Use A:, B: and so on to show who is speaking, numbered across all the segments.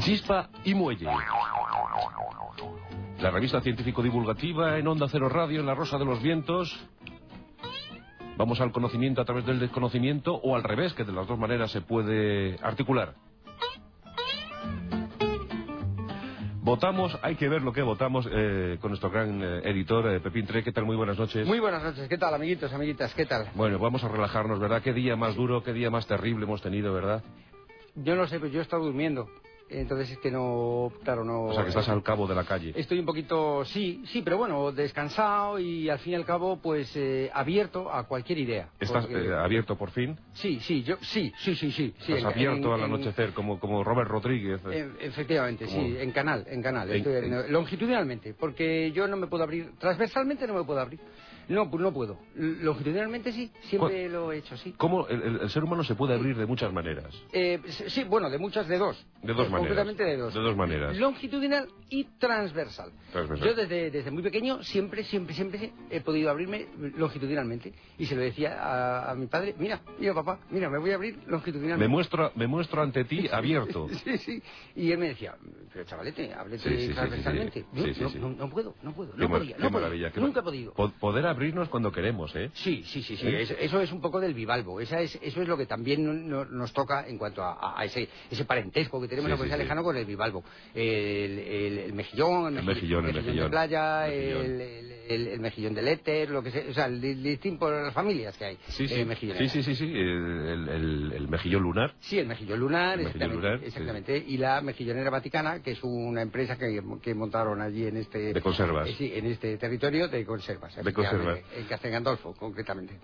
A: Chispa y Muelle. La revista científico-divulgativa en Onda Cero Radio, en La Rosa de los Vientos. Vamos al conocimiento a través del desconocimiento o al revés, que de las dos maneras se puede articular. Votamos, hay que ver lo que votamos eh, con nuestro gran eh, editor eh, Pepín Tre. ¿Qué tal? Muy buenas noches.
B: Muy buenas noches, ¿qué tal, amiguitos, amiguitas? ¿Qué tal?
A: Bueno, vamos a relajarnos, ¿verdad? Qué día más duro, qué día más terrible hemos tenido, ¿verdad?
B: Yo no sé, pero yo he estado durmiendo. Entonces es que no, claro, no.
A: O sea, que estás al cabo de la calle.
B: Estoy un poquito, sí, sí, pero bueno, descansado y al fin y al cabo, pues eh, abierto a cualquier idea.
A: ¿Estás
B: Porque-
A: eh, abierto por fin?
B: Sí, sí, yo, sí, sí, sí, sí. sí,
A: ¿Estás
B: en-
A: abierto
B: en-
A: al
B: en-
A: anochecer como, como Robert Rodríguez? eh?
B: en- em, efectivamente,
A: ¿Cómo?
B: sí, en canal, en canal.
A: En-
B: Estoy-
A: en-
B: no, Longitudinalmente, porque yo no me puedo abrir, transversalmente no me puedo abrir. No, pu- no puedo. L- Longitudinalmente sí, siempre lo he hecho así.
A: ¿Cómo el, el- el ser humano se puede abrir de muchas maneras?
B: Eh, sí, sí, bueno, de muchas, de dos.
A: De dos
B: Eh,
A: maneras.
B: Concretamente de dos.
A: De dos maneras.
B: Longitudinal y transversal.
A: Transversal.
B: Yo desde, desde muy pequeño siempre, siempre, siempre he podido abrirme longitudinalmente. Y se lo decía a, a mi padre, mira, mira papá, mira, me voy a abrir
A: Me
B: longitudinalmente.
A: muestro, me muestro ante ti abierto.
B: Sí, sí. Y él me decía, pero chavalete, háblete
A: Sí, sí, sí, sí,
B: transversalmente.
A: sí.
B: Yo
A: Sí, sí,
B: no,
A: sí.
B: no- no puedo, no puedo,
A: Qué
B: no
A: mar-
B: podía,
A: qué
B: no podía,
A: maravilla, qué
B: nunca he
A: mar-
B: podido.
A: Po- Poder abrirnos cuando queremos, ¿eh?
B: Sí, sí, sí, sí.
A: ¿Eh?
B: Eso, eso es un poco del bivalvo. Esa es, eso es lo que también no- no- nos toca en cuanto a, a- a ese, ese parentesco que tenemos
A: Sí,
B: en la provincia
A: sí, sí.
B: lejana con el bivalvo. El, el- el mejillón,
A: El mejillón, el mejillón.
B: de playa,
A: El mejillón.
B: el, el- el- el mejillón del éter, lo que sea. O sea, el listín por las familias que hay.
A: Sí, sí,
B: eh, mejilloneras.
A: sí, sí, sí, sí, eh, El, el- el mejillón lunar.
B: Sí, el mejillón lunar,
A: El mejillón
B: exactamente.
A: lunar, sí.
B: exactamente. Y la mejillonera vaticana, que es una empresa que, que montaron allí en este...
A: De conservas.
B: eh, sí, en este territorio de conservas.
A: De
B: efectivamente,
A: conservas.
B: En Castel Gandolfo, concretamente.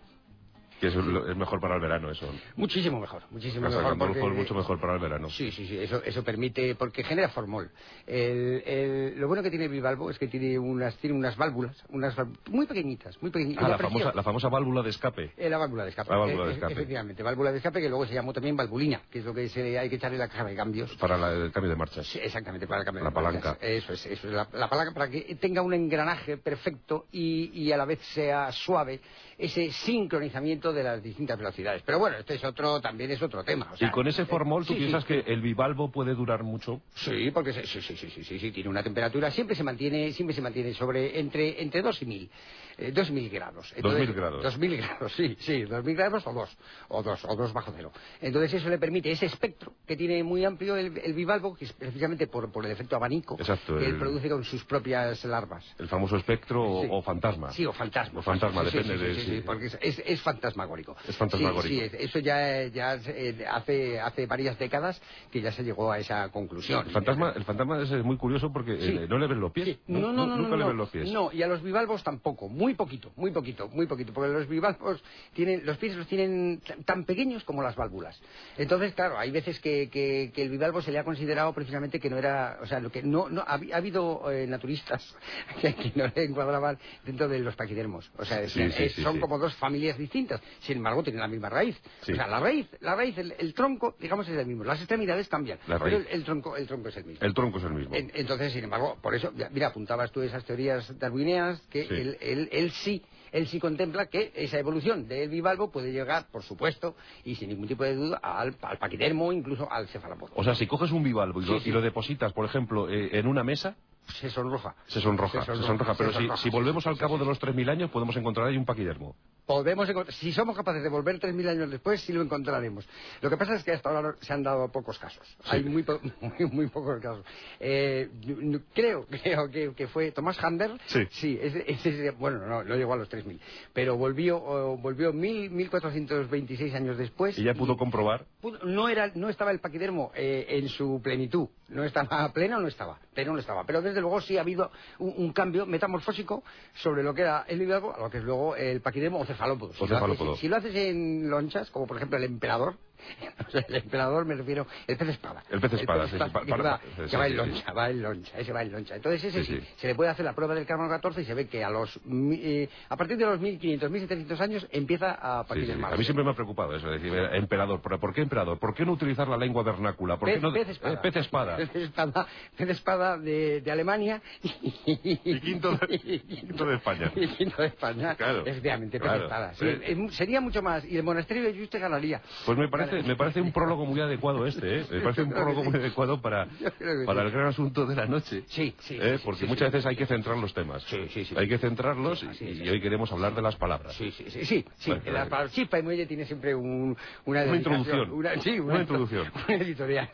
A: Que es, lo- es mejor para el verano eso.
B: Muchísimo mejor, muchísimo
A: Casa
B: mejor.
A: Gandolfo
B: porque-
A: es mucho mejor para el verano.
B: Sí, sí, sí, eso, eso permite, porque genera formol. El- el- lo bueno que tiene Bivalvo es que tiene unas, tiene unas válvulas, unas val- muy pequeñitas, muy pequeñitas.
A: Ah,
B: una
A: la famosa,
B: presión.
A: la famosa válvula de escape.
B: Eh, la válvula de escape.
A: La válvula de
B: Eh, eh,
A: escape.
B: Efectivamente, válvula de escape que luego se llamó también valvulina, que es lo que se le hay que echarle la caja de cambios.
A: Para la- el cambio de marchas.
B: Sí, exactamente, para el cambio
A: La
B: de marchas.
A: palanca.
B: Eso es, eso es la, la palanca para que tenga un engranaje perfecto y, y a la vez sea suave ese sincronizamiento de las distintas velocidades. Pero bueno, este es otro, también es otro tema. o sea, eh,
A: y con ese formol, ¿tú
B: sí, sí.
A: piensas que el bivalvo puede durar mucho?
B: Sí, porque se- sí, sí, sí, sí, sí, sí, tiene una temperatura, siempre se mantiene, siempre se mantiene sobre entre entre 2 y 1000. eh, 2000 grados.
A: 2000 grados.
B: 2000 grados, sí, sí, 2000 grados o 2, o 2, o 2 bajo cero. Entonces eso le permite ese espectro que tiene muy amplio el, el bivalvo, que es precisamente por, por el efecto abanico
A: Exacto,
B: que él
A: el-
B: produce con sus propias larvas.
A: El famoso espectro o-
B: Sí.
A: o, fantasma.
B: Sí, o fantasma.
A: O fantasma,
B: Sí, sí,
A: depende
B: sí,
A: de
B: sí,
A: si-
B: sí, porque es, es- es fantasmagórico.
A: Es fantasmagórico.
B: Sí, sí, es- eso ya, ya eh, hace, hace varias décadas que ya se llegó a esa conclusión.
A: El fantasma, el fantasma es eh, muy curioso porque
B: Sí.
A: eh, no le ves los pies.
B: Sí. No, no, no,
A: Nunca
B: no,
A: le
B: no.
A: ves los pies.
B: No, y a los bivalvos tampoco, muy poquito, muy poquito, muy poquito, porque los bivalvos tienen, los pies los tienen tan- tan pequeños como las válvulas. Entonces, claro, hay veces que, que- que el bivalvo se le ha considerado precisamente que no era, o sea, lo que no, no ha, habi- ha habido eh, naturistas que, que no le encuadraban dentro de los paquidermos. O sea,
A: Sí,
B: decían,
A: sí,
B: eh,
A: sí,
B: son
A: sí.
B: como dos familias distintas. Sin embargo, tienen la misma raíz.
A: Sí.
B: O sea, la raíz, la raíz, el, el tronco, digamos, es el mismo. Las extremidades cambian,
A: La
B: pero el,
A: raíz.
B: el tronco, el tronco es el mismo.
A: El tronco es el mismo.
B: En- entonces, sin embargo, por eso, ya, mira, apuntabas tú esas teorías darwinianas que
A: Sí.
B: él, él- él sí. Él sí contempla que esa evolución del bivalvo puede llegar, por supuesto, y sin ningún tipo de duda, al, al paquidermo, incluso al cefalópodo.
A: O sea, si coges un bivalvo y,
B: Sí,
A: lo,
B: sí.
A: y lo depositas, por ejemplo, eh, en una mesa,
B: se sonroja.
A: se sonroja. Se sonroja. Pero
B: se
A: si,
B: sonroja.
A: si volvemos al cabo de los 3.000 años, podemos encontrar ahí un paquidermo.
B: Podemos encont- si somos capaces de volver 3.000 años después, sí lo encontraremos. Lo que pasa es que hasta ahora no- se han dado pocos casos.
A: Sí.
B: Hay muy, po- muy, muy pocos casos. Eh, yo- yo creo creo que, que fue Tomás Hander.
A: Sí.
B: ese, ese- bueno, no, no llegó a los 3.000. Pero volvió, eh, volvió 1.000, 1.426 años después.
A: Y ya pudo
B: y-
A: comprobar.
B: pudo- no era no estaba el paquidermo eh, en su plenitud no estaba pleno no estaba pero no estaba pero desde luego sí ha habido un, un cambio metamorfósico sobre lo que era el bivalvo a lo que es luego el paquidermo o cefalópodo si,
A: O
B: lo haces-
A: cefalópodo.
B: si lo haces en lonchas como por ejemplo el emperador o sea, el emperador me refiero el pez espada
A: El pez espada, sí, sí,
B: que
A: para-
B: va-
A: para-
B: que va
A: sí,
B: en
A: sí,
B: loncha va en loncha ese va en loncha entonces ese
A: Sí,
B: sí,
A: sí.
B: se le puede hacer la prueba del carbono 14 y se ve que a los mi- eh, a partir de los 1500 1700 años empieza a
A: Sí, sí, sí.
B: paquidermarse
A: A mí siempre me ha preocupado eso, decir, eh, emperador. ¿Pero ¿Por qué emperador? ¿Por qué no utilizar la lengua vernácula? ¿Por qué
B: Pez,
A: no-
B: pez espada.
A: eh, pez espada.
B: Pez espada, pez espada de, de Alemania.
A: Y quinto de, quinto de España.
B: Y quinto de España.
A: Claro.
B: Efectivamente, pez
A: Claro.
B: espada. Sí,
A: Eh.
B: eh, sería mucho más. Y el monasterio de Yuste ganaría.
A: Pues me parece parece, me parece un prólogo muy adecuado este, ¿eh? Me parece un prólogo muy adecuado para, para el gran asunto de la noche.
B: Sí, sí,
A: ¿eh?
B: sí,
A: Porque
B: sí,
A: muchas
B: sí.
A: veces hay que centrar los temas.
B: Sí, sí, sí.
A: Hay que centrarlos
B: Sí, así
A: y,
B: es,
A: y hoy queremos hablar de las palabras.
B: Sí, sí, sí, sí, sí.
A: Vale,
B: la
A: vale.
B: palabra chispa y muelle tiene siempre un, una,
A: Una
B: dedicación,
A: introducción.
B: Una, sí,
A: Una introducción.
B: Una editorial.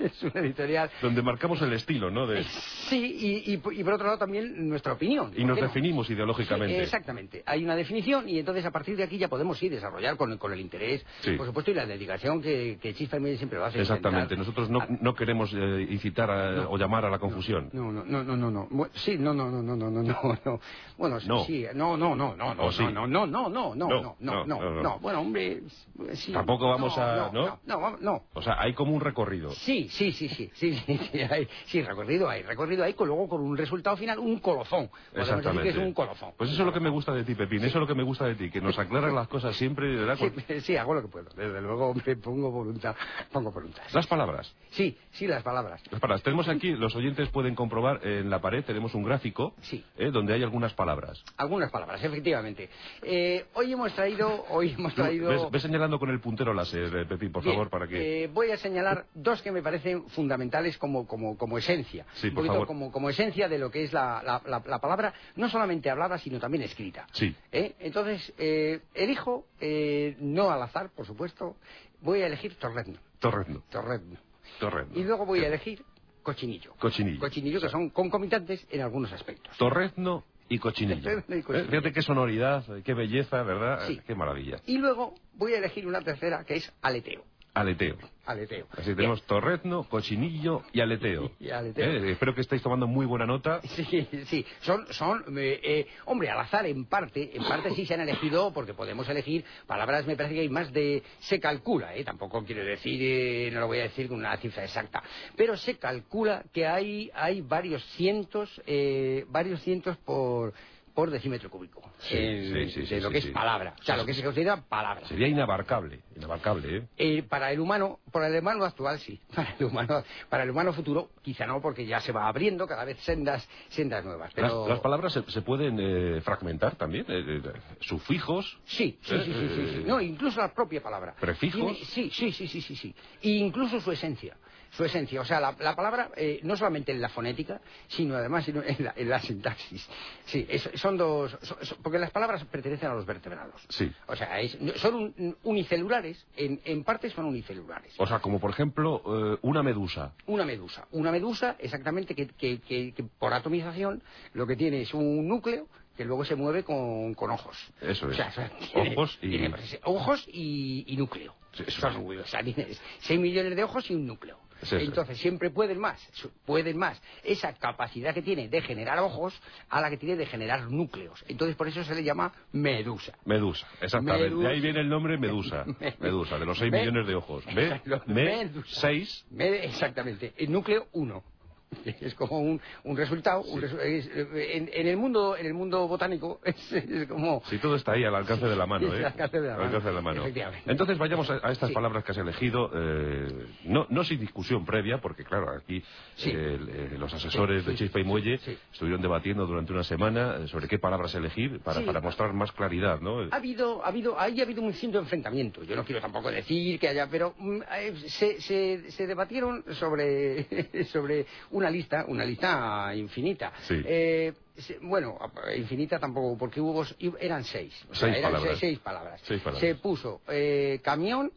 B: es una editorial.
A: Donde marcamos el estilo, ¿no? De-
B: Sí, y, y por- y por otro lado también nuestra opinión.
A: y nos
B: ¿Por qué no?
A: definimos ideológicamente.
B: Sí, exactamente. Hay una definición y entonces a partir de aquí ya podemos sí desarrollar con, con el interés,
A: Sí.
B: por supuesto, y la dedicación que, que Chispa y Medio siempre lo hace.
A: Exactamente.
B: intentar- Ah,
A: Nosotros no, no queremos eh, incitar a- o llamar a la confusión.
B: No, no, no, no, no, no. Mu- Sí, no, no, no, no, no, no, no, no. Bueno, sí,
A: No.
B: sí, no, no, no, no, no,
A: O sí.
B: no, no, no, no, no, no, no,
A: no,
B: no,
A: no.
B: no. Bueno, hombre, pues sí.
A: Tampoco vamos
B: no,
A: a- ¿no?
B: No, no, vamos- no.
A: O sea, hay como un recorrido.
B: Sí, sí, sí, sí, sí, sí, sí, hay, sí, recorrido hay, recorrido hay, con luego con un resultado final, un colofón. Podemos decir que es un colofón.
A: Pues eso es lo que me gusta de ti, Pepín. Eso es lo que me gusta de ti, que nos aclaras las cosas siempre. de verdad,
B: Sí,
A: con-
B: sí, hago lo que puedo. Desde luego me pongo voluntad. Pongo voluntad.
A: Las palabras.
B: Sí, sí, las palabras.
A: Las palabras. Tenemos aquí, los oyentes pueden comprobar eh, en la pared, tenemos un gráfico
B: Sí.
A: eh, donde hay algunas palabras.
B: Algunas palabras, efectivamente. Eh, hoy hemos traído, hoy hemos
A: Tú,
B: traído.
A: ves, ves señalando con el puntero láser, eh, Pepín, por
B: Bien,
A: favor, para que...
B: eh, voy a señalar dos que me parecen fundamentales como, como, como esencia.
A: Sí,
B: un
A: por
B: poquito
A: favor.
B: Como, como esencia de lo que es la, la- la- la palabra, no solamente hablada, sino también escrita.
A: Sí.
B: ¿Eh? Entonces, eh, elijo, eh, no al azar, por supuesto, voy a elegir torrezno.
A: Torrendo,
B: Torrezno.
A: torrendo.
B: Y luego voy a elegir cochinillo.
A: Cochinillo.
B: Cochinillo, que son concomitantes en algunos aspectos.
A: Torrezno y cochinillo.
B: Torrezno y cochinillo.
A: Eh, fíjate qué sonoridad, eh, qué belleza, ¿verdad?
B: Sí.
A: Qué maravilla.
B: Y luego voy a elegir una tercera, que es aleteo.
A: Aleteo.
B: Aleteo.
A: Así tenemos torrezno, cochinillo y aleteo.
B: Y aleteo.
A: Eh, espero que estéis tomando muy buena nota.
B: Sí, sí, son, son eh, eh, hombre, al azar en parte, en parte sí se han elegido, porque podemos elegir palabras, me parece que hay más de, se calcula, eh, tampoco quiero decir, eh, no lo voy a decir con una cifra exacta, pero se calcula que hay, hay varios cientos, eh, varios cientos por, por decímetro cúbico,
A: Sí,
B: en-
A: sí, sí, sí,
B: de lo
A: sí,
B: que
A: sí.
B: es palabra, o sea, lo que se considera palabra.
A: Sería inabarcable, inabarcable, ¿eh?
B: Eh, para el humano, para el humano actual sí, para el humano, para el humano futuro quizá no, porque ya se va abriendo cada vez sendas, sendas nuevas. Pero
A: Las, las palabras se, se pueden eh, fragmentar también, eh, eh, sufijos.
B: Sí, sí, sí, sí, sí, sí.
A: Eh,
B: No, incluso la propia palabra.
A: ¿Prefijos?
B: Tiene- sí, sí, sí, sí, sí, sí. E incluso su esencia. Su esencia. O sea, la, la palabra, eh, no solamente en la fonética, sino además sino en, la, en la sintaxis. Sí, es- son dos... son- son- porque las palabras pertenecen a los vertebrados.
A: Sí.
B: O sea, es- son un- unicelulares, en, en parte son unicelulares.
A: O sea, como por ejemplo eh, una medusa.
B: Una medusa. Una medusa, exactamente, que, que- que- que por atomización lo que tiene es un núcleo que luego se mueve con, con ojos.
A: Eso es.
B: O sea, tiene-
A: Ojos y-
B: tiene, pues, ojos y, y núcleo.
A: Sí, eso
B: Son, o sea, tienes 6 millones de ojos y un núcleo.
A: Sí, sí.
B: Entonces siempre pueden más, su- pueden más. Esa capacidad que tiene de generar ojos a la que tiene de generar núcleos. Entonces por eso se le llama medusa.
A: Medusa, exactamente.
B: Medusa.
A: De ahí viene el nombre Medusa. Medusa, de los 6
B: Me-
A: millones de ojos. Me,
B: Exacto,
A: me,
B: medusa.
A: 6.
B: Me- exactamente, el núcleo 1. Es como un, un resultado. un resu- es, eh, en, en el mundo, en el mundo botánico es, es como.
A: Si todo está ahí al alcance de la mano,
B: Sí,
A: ¿eh?
B: al alcance de la
A: Al
B: mano.
A: alcance de la mano.
B: Efectivamente.
A: Entonces vayamos a, a estas
B: Sí.
A: palabras que has elegido, eh, no, no sin discusión previa, porque claro, aquí
B: Sí.
A: eh, el- eh, los asesores
B: Sí, sí,
A: de Chispa y Muelle
B: sí.
A: estuvieron debatiendo durante una semana eh, sobre qué palabras elegir para,
B: Sí. Ah.
A: para mostrar más claridad, ¿no?
B: Ha habido, ha habido, ahí ha habido un cierto enfrentamiento. Yo no quiero tampoco decir que haya, pero mm, eh, se, se- se debatieron sobre, sobre una lista, una lista infinita.
A: Sí.
B: Eh, se- bueno, infinita tampoco, porque hubo, eran seis. O sea,
A: Seis
B: eran
A: palabras.
B: Seis, seis palabras.
A: Seis palabras.
B: Se puso eh, camión,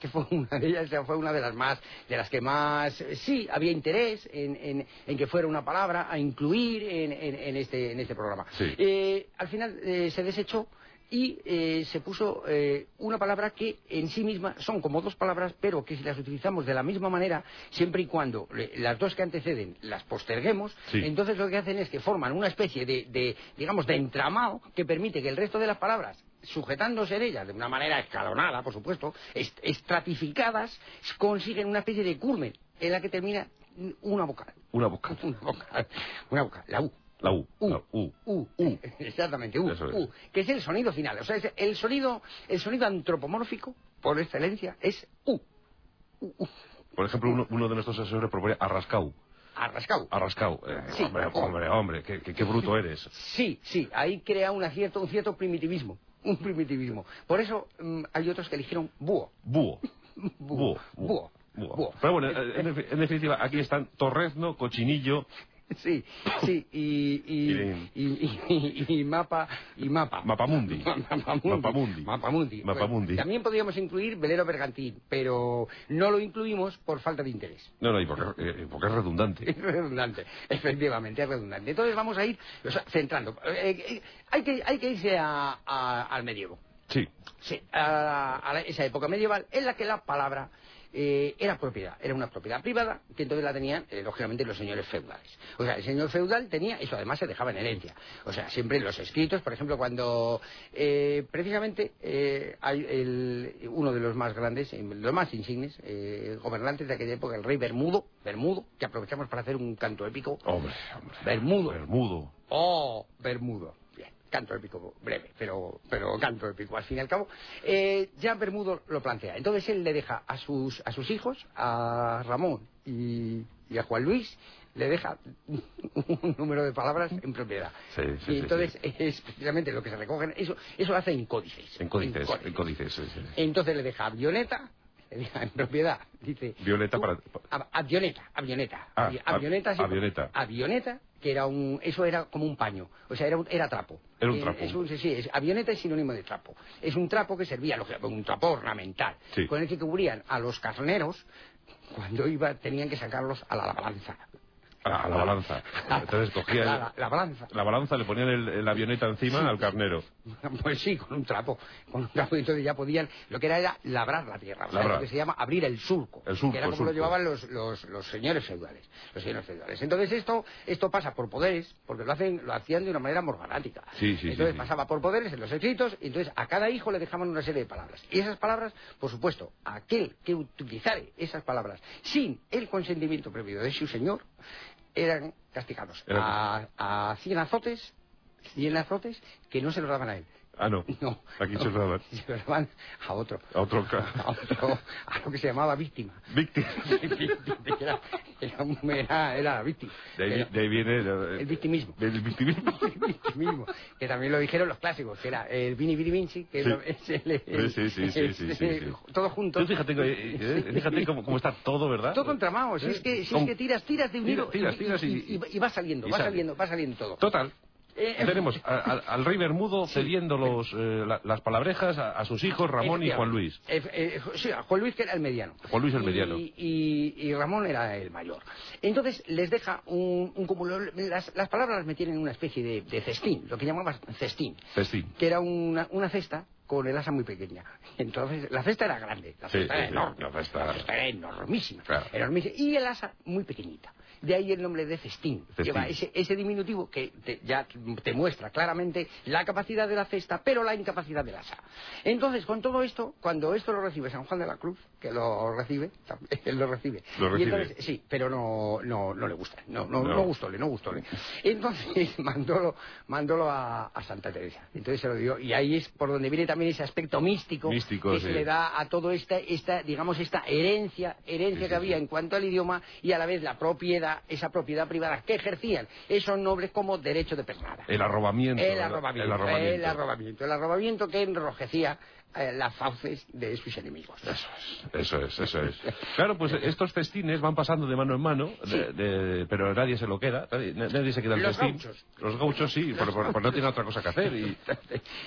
B: que fue una de ellas, fue una de las más, de las que más, eh, sí, había interés en, en- en que fuera una palabra a incluir en, en- en este, en este programa.
A: Sí.
B: Eh, al final eh, se desechó y eh, se puso eh, una palabra que en sí misma son como dos palabras, pero que si las utilizamos de la misma manera, siempre y cuando le- las dos que anteceden las posterguemos,
A: Sí.
B: entonces lo que hacen es que forman una especie de, de, digamos, de entramado que permite que el resto de las palabras sujetándose en ellas de una manera escalonada, por supuesto, est- estratificadas, consiguen una especie de curmen en la que termina una vocal.
A: Una boca.
B: Una vocal. Una vocal. La U.
A: La U.
B: U.
A: La U.
B: U. Exactamente, U.
A: Eso es.
B: U. Que es el sonido final. O sea, es el sonido, el sonido antropomórfico, por excelencia, es U. U. U.
A: Por ejemplo, uno, uno de nuestros asesores proponía Arrascau.
B: Arrascado.
A: Arrascau. Eh,
B: Sí.
A: Hombre, hombre, hombre, qué, qué- qué bruto eres.
B: Sí, sí, ahí crea un cierto, un cierto primitivismo. Un primitivismo. Por eso mm, hay otros que eligieron búho.
A: Búho.
B: Búho. Búho.
A: búho.
B: búho.
A: Pero bueno, eh, en, defi- en definitiva, aquí están torrezno, cochinillo,
B: Sí, sí, y, y, y, y- y- y mapa, y mapa.
A: mapamundi.
B: Ma- Mapamundi. Mapamundi.
A: Mapamundi.
B: Bueno, también podríamos incluir velero bergantín, pero no lo incluimos por falta de interés.
A: No, no, y porque, eh, porque es redundante.
B: Es redundante, efectivamente, es redundante. Entonces vamos a ir o sea, centrando. Eh, eh, hay, que, hay que irse a- a- al medievo.
A: Sí.
B: Sí, a, a la- esa época medieval en la que la palabra eh, era propiedad, era una propiedad privada, que entonces la tenían, eh, lógicamente, los señores feudales. O sea, el señor feudal tenía, eso además se dejaba en herencia. O sea, siempre en los escritos, por ejemplo, cuando eh, precisamente eh, hay el- uno de los más grandes, eh, los más insignes, eh, gobernantes de aquella época, el rey Bermudo, Bermudo, que aprovechamos para hacer un canto épico.
A: Hombre, hombre.
B: Bermudo.
A: Bermudo.
B: Oh, Bermudo. Bien, canto épico breve, pero, pero canto épico al fin y al cabo. Eh, ya Bermudo lo plantea. Entonces él le deja a sus, a sus hijos, a Ramón y, y a Juan Luis, le deja un número de palabras en propiedad.
A: Sí, sí, sí,
B: y entonces
A: sí.
B: es precisamente lo que se recogen. Eso, eso lo hace en códices.
A: En códices, en códices. sí, sí.
B: Entonces le deja a Avioneta, le deja en propiedad, dice...
A: Violeta
B: tú-
A: para-
B: A- Avioneta, avioneta.
A: Ah,
B: avi- avioneta,
A: av-
B: sí,
A: avioneta.
B: avioneta, que era un... Eso era como un paño, o sea, era, un- era trapo.
A: Era un
B: Eh,
A: trapo.
B: es un- sí, sí, es- avioneta es sinónimo de trapo. Es un trapo que servía, lógico, un trapo ornamental,
A: Sí.
B: con el que cubrían a los carneros cuando iba, tenían que sacarlos a la balanza.
A: Ah, la balanza. Entonces cogía... el-
B: La- la- la balanza.
A: La balanza le ponían el, el avioneta encima al carnero.
B: Pues sí, con un trapo, con un trapo, y entonces ya podían, lo que era era labrar la tierra, o sea,
A: Labrar.
B: lo que se llama abrir el surco,
A: El surco,
B: que era
A: el
B: como
A: surco.
B: lo llevaban los, los, los señores feudales, los señores feudales. Entonces esto, esto pasa por poderes, porque lo hacen, lo hacían de una manera morganática.
A: Sí, sí, sí,
B: entonces
A: sí.
B: pasaba por poderes en los escritos, y entonces a cada hijo le dejaban una serie de palabras. Y esas palabras, por supuesto, aquel que utilizare esas palabras sin el consentimiento previo de su señor, eran castigados
A: Eran-
B: a, a 100 azotes, 100 azotes que no se los daban a él.
A: Ah, no.
B: No.
A: Aquí
B: no.
A: se lo daban.
B: Se lo daban a otro.
A: A otro ca-
B: A otro, a lo que se llamaba víctima.
A: Víctima.
B: era, era, un- era, era la víctima.
A: De ahí,
B: Era
A: de ahí viene... El,
B: el victimismo.
A: El victimismo.
B: el victimismo, que también lo dijeron los clásicos, que era el Vini Vini Vinci, que
A: Sí.
B: lo- es el- el-
A: Sí, sí, sí, sí, sí, sí.
B: todos juntos.
A: Tú fíjate, eh, eh, fíjate cómo, cómo está todo, ¿verdad?
B: Todo entramado, si es que, si es que tiras, tiras de un
A: Tira-
B: hilo
A: tiras,
B: y-
A: tiras
B: y,
A: y-
B: y- y va saliendo,
A: y
B: va
A: sale.
B: saliendo, va saliendo todo.
A: Total.
B: Eh, eh,
A: Tenemos a- a- al rey Bermudo cediendo los, eh, la- las palabrejas a, a sus hijos Ramón y Juan Luis.
B: Eh, eh, sí, a Juan Luis que era el mediano.
A: Juan Luis el mediano.
B: Y, y- y Ramón era el mayor. Entonces les deja un, un cúmulo. Las, las palabras las metían en una especie de, de cestín, lo que llamaban cestín,
A: Festín.
B: que era una, una cesta con el asa muy pequeña. Entonces la cesta era grande, la
A: Sí,
B: cesta
A: sí,
B: era
A: sí,
B: enorme,
A: la cesta-
B: era enormísima,
A: Claro.
B: enormísima, Y el asa muy pequeñita. De ahí el nombre de cestín.
A: Cestín.
B: Lleva ese, ese diminutivo que te- ya te muestra claramente la capacidad de la cesta, pero la incapacidad del asa. Entonces, con todo esto, cuando esto lo recibe San Juan de la Cruz, que lo recibe, también lo recibe.
A: Lo
B: Y
A: recibe.
B: entonces- sí, pero no, no, no le gusta, no, no,
A: No.
B: no gustóle, no gustóle. Entonces, mandólo, mandólo a, a Santa Teresa. Entonces se lo dio, y ahí es por donde viene también ese aspecto místico,
A: Místico,
B: que
A: sí.
B: se le da a todo esta, esta digamos, esta herencia, herencia
A: Sí, sí,
B: que había
A: sí.
B: en cuanto al idioma y a la vez la propiedad, esa propiedad privada que ejercían esos nobles como derecho de pernada.
A: Eh, El arrobamiento.
B: El
A: ¿verdad?
B: arrobamiento,
A: El arrobamiento.
B: el arrobamiento, el arrobamiento que enrojecía eh, las fauces de sus enemigos.
A: Eso es, eso es, eso es. Claro, pues estos festines van pasando de mano en mano, de- de- pero nadie se lo queda, nadie, nadie se queda el
B: Los
A: festín.
B: gauchos.
A: Los gauchos sí, pero por- por no tienen otra cosa que hacer. Y,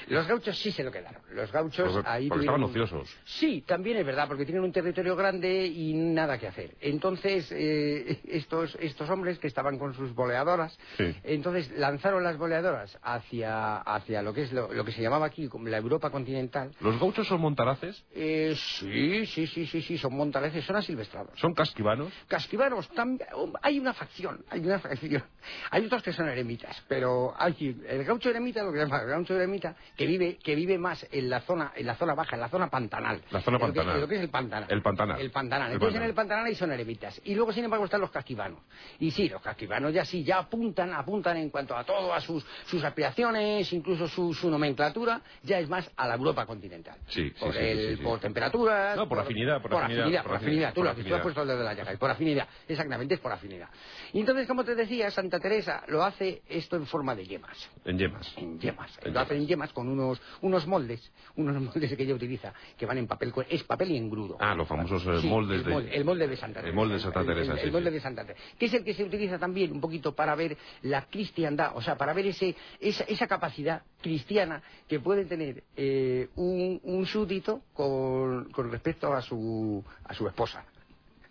B: Los gauchos sí se lo quedaron. Los gauchos
A: Porque-
B: ahí
A: porque
B: tuvieron-
A: estaban ociosos.
B: Sí, también es verdad, porque tienen un territorio grande y nada que hacer. Entonces, eh, estos, estos hombres que estaban con sus boleadoras,
A: Sí.
B: entonces lanzaron las boleadoras hacia, hacia lo que es lo, lo que se llamaba aquí como la Europa continental.
A: ¿Los gauchos son montaraces?
B: Eh, sí, sí, sí, sí, sí, son montaleces, son asilvestrados.
A: ¿Son casquivanos?
B: Casquivanos, tam- hay una facción, hay una facción. Hay otros que son eremitas, pero hay el gaucho eremita, lo que se llama el gaucho eremita, que vive, que vive más en la zona, en la zona baja, en la zona pantanal.
A: La zona
B: En lo que-
A: pantanal.
B: en Lo que, es el pantanal.
A: El pantanal.
B: El pantanal.
A: El
B: Entonces
A: pantanal.
B: en el pantanal ahí son eremitas. Y luego, sin embargo, están los casquivanos. Y sí, los casquivanos ya sí, ya apuntan, apuntan en cuanto a todo, a sus, sus aspiraciones, incluso su, su nomenclatura, ya es más a la Europa continental. tal.
A: Sí, sí,
B: por,
A: sí,
B: el-
A: sí, sí.
B: por temperaturas.
A: No, por afinidad, por afinidad,
B: Por afinidad, tú
A: por
B: lo has dicho, tú
A: afinidad.
B: has puesto el dedo en la llaga, es por afinidad. Exactamente, es por afinidad. Y entonces, como te decía, Santa Teresa lo hace esto en forma de yemas
A: En yemas.
B: en yemas.
A: En
B: lo hacen en yemas con unos, unos moldes, unos moldes que ella utiliza, que van en papel, co- es papel y engrudo.
A: Ah, los famosos, eh,
B: Sí,
A: moldes
B: el
A: de-
B: molde, el molde de Santa
A: el
B: Teresa.
A: molde de Santa
B: El- el-
A: Teresa,
B: El,
A: sí,
B: molde
A: sí.
B: de Santa Teresa. Que es el que se utiliza también un poquito para ver la cristiandad, o sea, para ver ese, esa, esa capacidad cristiana que puede tener eh, un, un súbdito con, con respecto a su, a su esposa.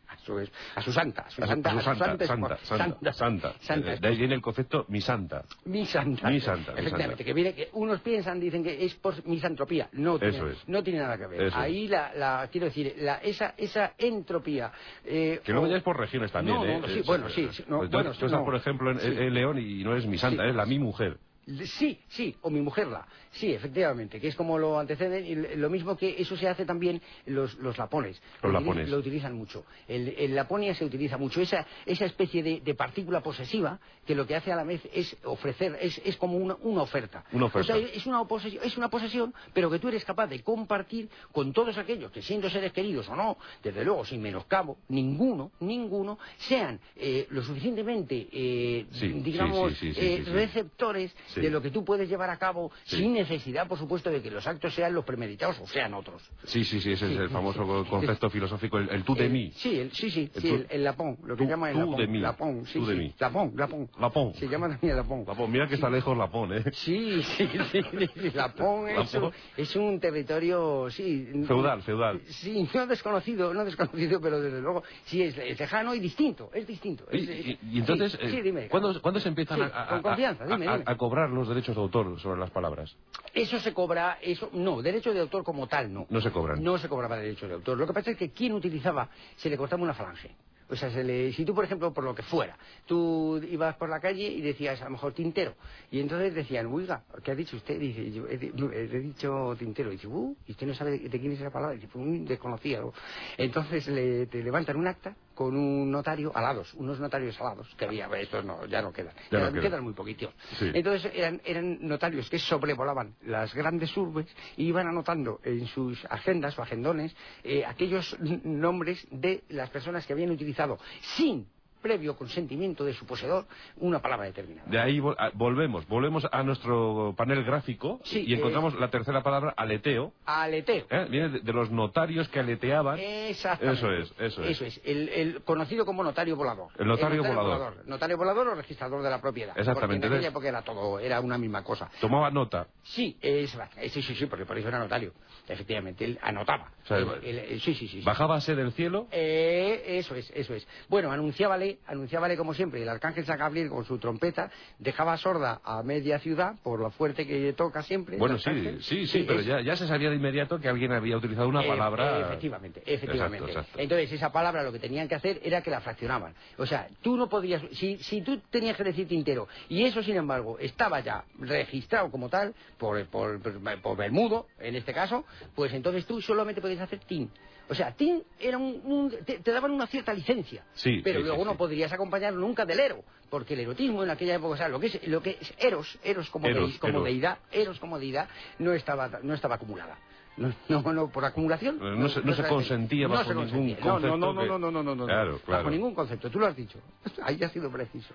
B: A su, es- a su santa, a su
A: A su-
B: santa,
A: a su
B: a su
A: santa,
B: santa
A: santa,
B: esposa.
A: santa, santa.
B: santa
A: Eh, De ahí viene el concepto mi santa.
B: Misanta.
A: Misanta,
B: Efectivamente,
A: misanta.
B: que viene que unos piensan, dicen que es por misantropía. No tiene,
A: Eso es.
B: no tiene nada que ver.
A: Eso es.
B: Ahí la, la- quiero decir, la, esa, esa entropía. eh,
A: Que luego
B: o-
A: ya es por regiones también,
B: No,
A: ¿eh?
B: no, sí,
A: Es-
B: bueno, sí, sí, no,
A: Pues tú-
B: bueno,
A: tú
B: sí,
A: estás,
B: no.
A: por ejemplo, en,
B: Sí.
A: en León y no es mi santa,
B: Sí.
A: es la mi mujer.
B: Sí, sí, o mi mujerla. Sí, efectivamente, que es como lo anteceden. y Lo mismo que eso se hace también los, los lapones.
A: Los
B: Lo utili-
A: lapones.
B: Lo utilizan mucho. El, el laponia se utiliza mucho. Esa, esa especie de, de partícula posesiva que lo que hace a la vez es ofrecer, es, es como una, una oferta.
A: Una oferta.
B: O sea, es una, posesión, es una posesión, pero que tú eres capaz de compartir con todos aquellos que siendo seres queridos o no, desde luego sin menoscabo, ninguno, ninguno, sean eh, lo suficientemente, eh,
A: Sí, sí,
B: digamos,
A: sí, sí, sí,
B: eh,
A: sí, sí.
B: receptores
A: Sí.
B: de lo que tú puedes llevar a cabo
A: Sí.
B: sin necesidad, por supuesto, de que los actos sean los premeditados o sean otros.
A: Sí, sí, sí, ese es
B: Sí,
A: el famoso
B: sí, Eh, sí.
A: concepto filosófico, el, el tú de
B: El-
A: mí.
B: Sí, el, sí, sí,
A: El
B: sí,
A: tú-
B: el, el lapón, lo que
A: tú-
B: llaman el
A: tú
B: lapón.
A: de mí.
B: Lapón, sí,
A: Tú de
B: sí,
A: mí.
B: Lapón, lapón.
A: Lapón.
B: Se llama también lapón.
A: Lapón, mira que está lejos Lapón, ¿eh?
B: Sí, sí, sí, sí, sí, Lapón es,
A: Lapón.
B: Un, es un territorio, sí...
A: Feudal, feudal.
B: Sí, no desconocido, no desconocido, pero desde luego sí es, es lejano y distinto, es distinto.
A: Y,
B: es- es-
A: y- y entonces,
B: sí,
A: eh,
B: sí, dime.
A: ¿cuándo, cuándo se empiezan
B: Sí,
A: a, a-
B: con confianza,
A: a-
B: dime,
A: a-
B: dime.
A: a cobrar los derechos de autor sobre las palabras?
B: Eso se cobra, eso no, derecho de autor como tal no.
A: No se cobran.
B: No se cobraba derecho de autor. Lo que pasa es que quien utilizaba se le cortaba una falange. O sea, se le- si tú, por ejemplo, por lo que fuera, tú ibas por la calle y decías, a lo mejor, tintero. Y entonces decían, oiga, ¿qué ha dicho usted? Dice, yo he, di- yo he dicho tintero. Y dice, "Uh, ¿y usted no sabe de quién es esa palabra? Y dice, pues un desconocido. Entonces le, te levantan un acta con un notario alados, unos notarios alados, que había, estos no, ya no quedan.
A: Ya no
B: quedan,
A: quedan.
B: quedan muy poquitos.
A: Sí.
B: Entonces eran, eran notarios que sobrevolaban las grandes urbes y iban anotando en sus agendas o agendones eh, aquellos n- nombres de las personas que habían utilizado sin previo consentimiento de su poseedor una palabra determinada.
A: De ahí vol- a- volvemos, volvemos a nuestro panel gráfico
B: Sí,
A: y
B: eh,
A: encontramos la tercera palabra, aleteo.
B: Aleteo.
A: ¿eh? Viene de, de los notarios que aleteaban.
B: Eh. Exactamente.
A: Eso es, eso es.
B: El, el conocido como notario volador.
A: El notario volador.
B: Notario volador o registrador de la propiedad.
A: Exactamente.
B: Porque en aquella
A: Entonces-
B: época era todo, era una misma cosa.
A: Tomaba nota.
B: Sí, es, verdad. Eh, sí, sí, sí, porque por eso era notario. Efectivamente, él anotaba.
A: O sea,
B: Él- él- él- sí, sí, sí. sí.
A: Bajábase del cielo.
B: Eh, eso es, eso es. Bueno, anunciábale, anunciábale como siempre, el arcángel San Gabriel con su trompeta dejaba sorda a media ciudad por lo fuerte que toca siempre.
A: Bueno,
B: el
A: sí,
B: arcángel.
A: sí, sí, pero
B: es-
A: ya, ya se sabía de inmediato que alguien había utilizado una
B: eh,
A: palabra.
B: eh, efectivamente, efectivamente.
A: Exacto, exacto.
B: Entonces, esa palabra lo que tenían que hacer era que la fraccionaban. O sea, tú no podías. Si, si tú tenías que decir tintero, y eso, sin embargo, estaba ya registrado como tal, por, por, por, por Bermudo, en este caso, pues entonces tú solamente podías hacer tin. O sea, tin era un. un- te, te daban una cierta licencia.
A: Sí,
B: pero
A: sí,
B: luego
A: sí,
B: no
A: sí.
B: podrías acompañar nunca del Ero, porque el erotismo en aquella época, o sea, lo que es, lo que es Eros, Eros como,
A: Eros,
B: dei- como
A: Eros.
B: deidad, Eros como deidad, no estaba, no estaba acumulada. No, no, no, por acumulación.
A: No se- no se consentía bajo
B: se
A: ningún
B: consentía. No, No, no,
A: concepto que-
B: no, no, no, no, no, no.
A: Claro, claro.
B: Bajo ningún concepto, tú lo has dicho. Ahí ha sido preciso.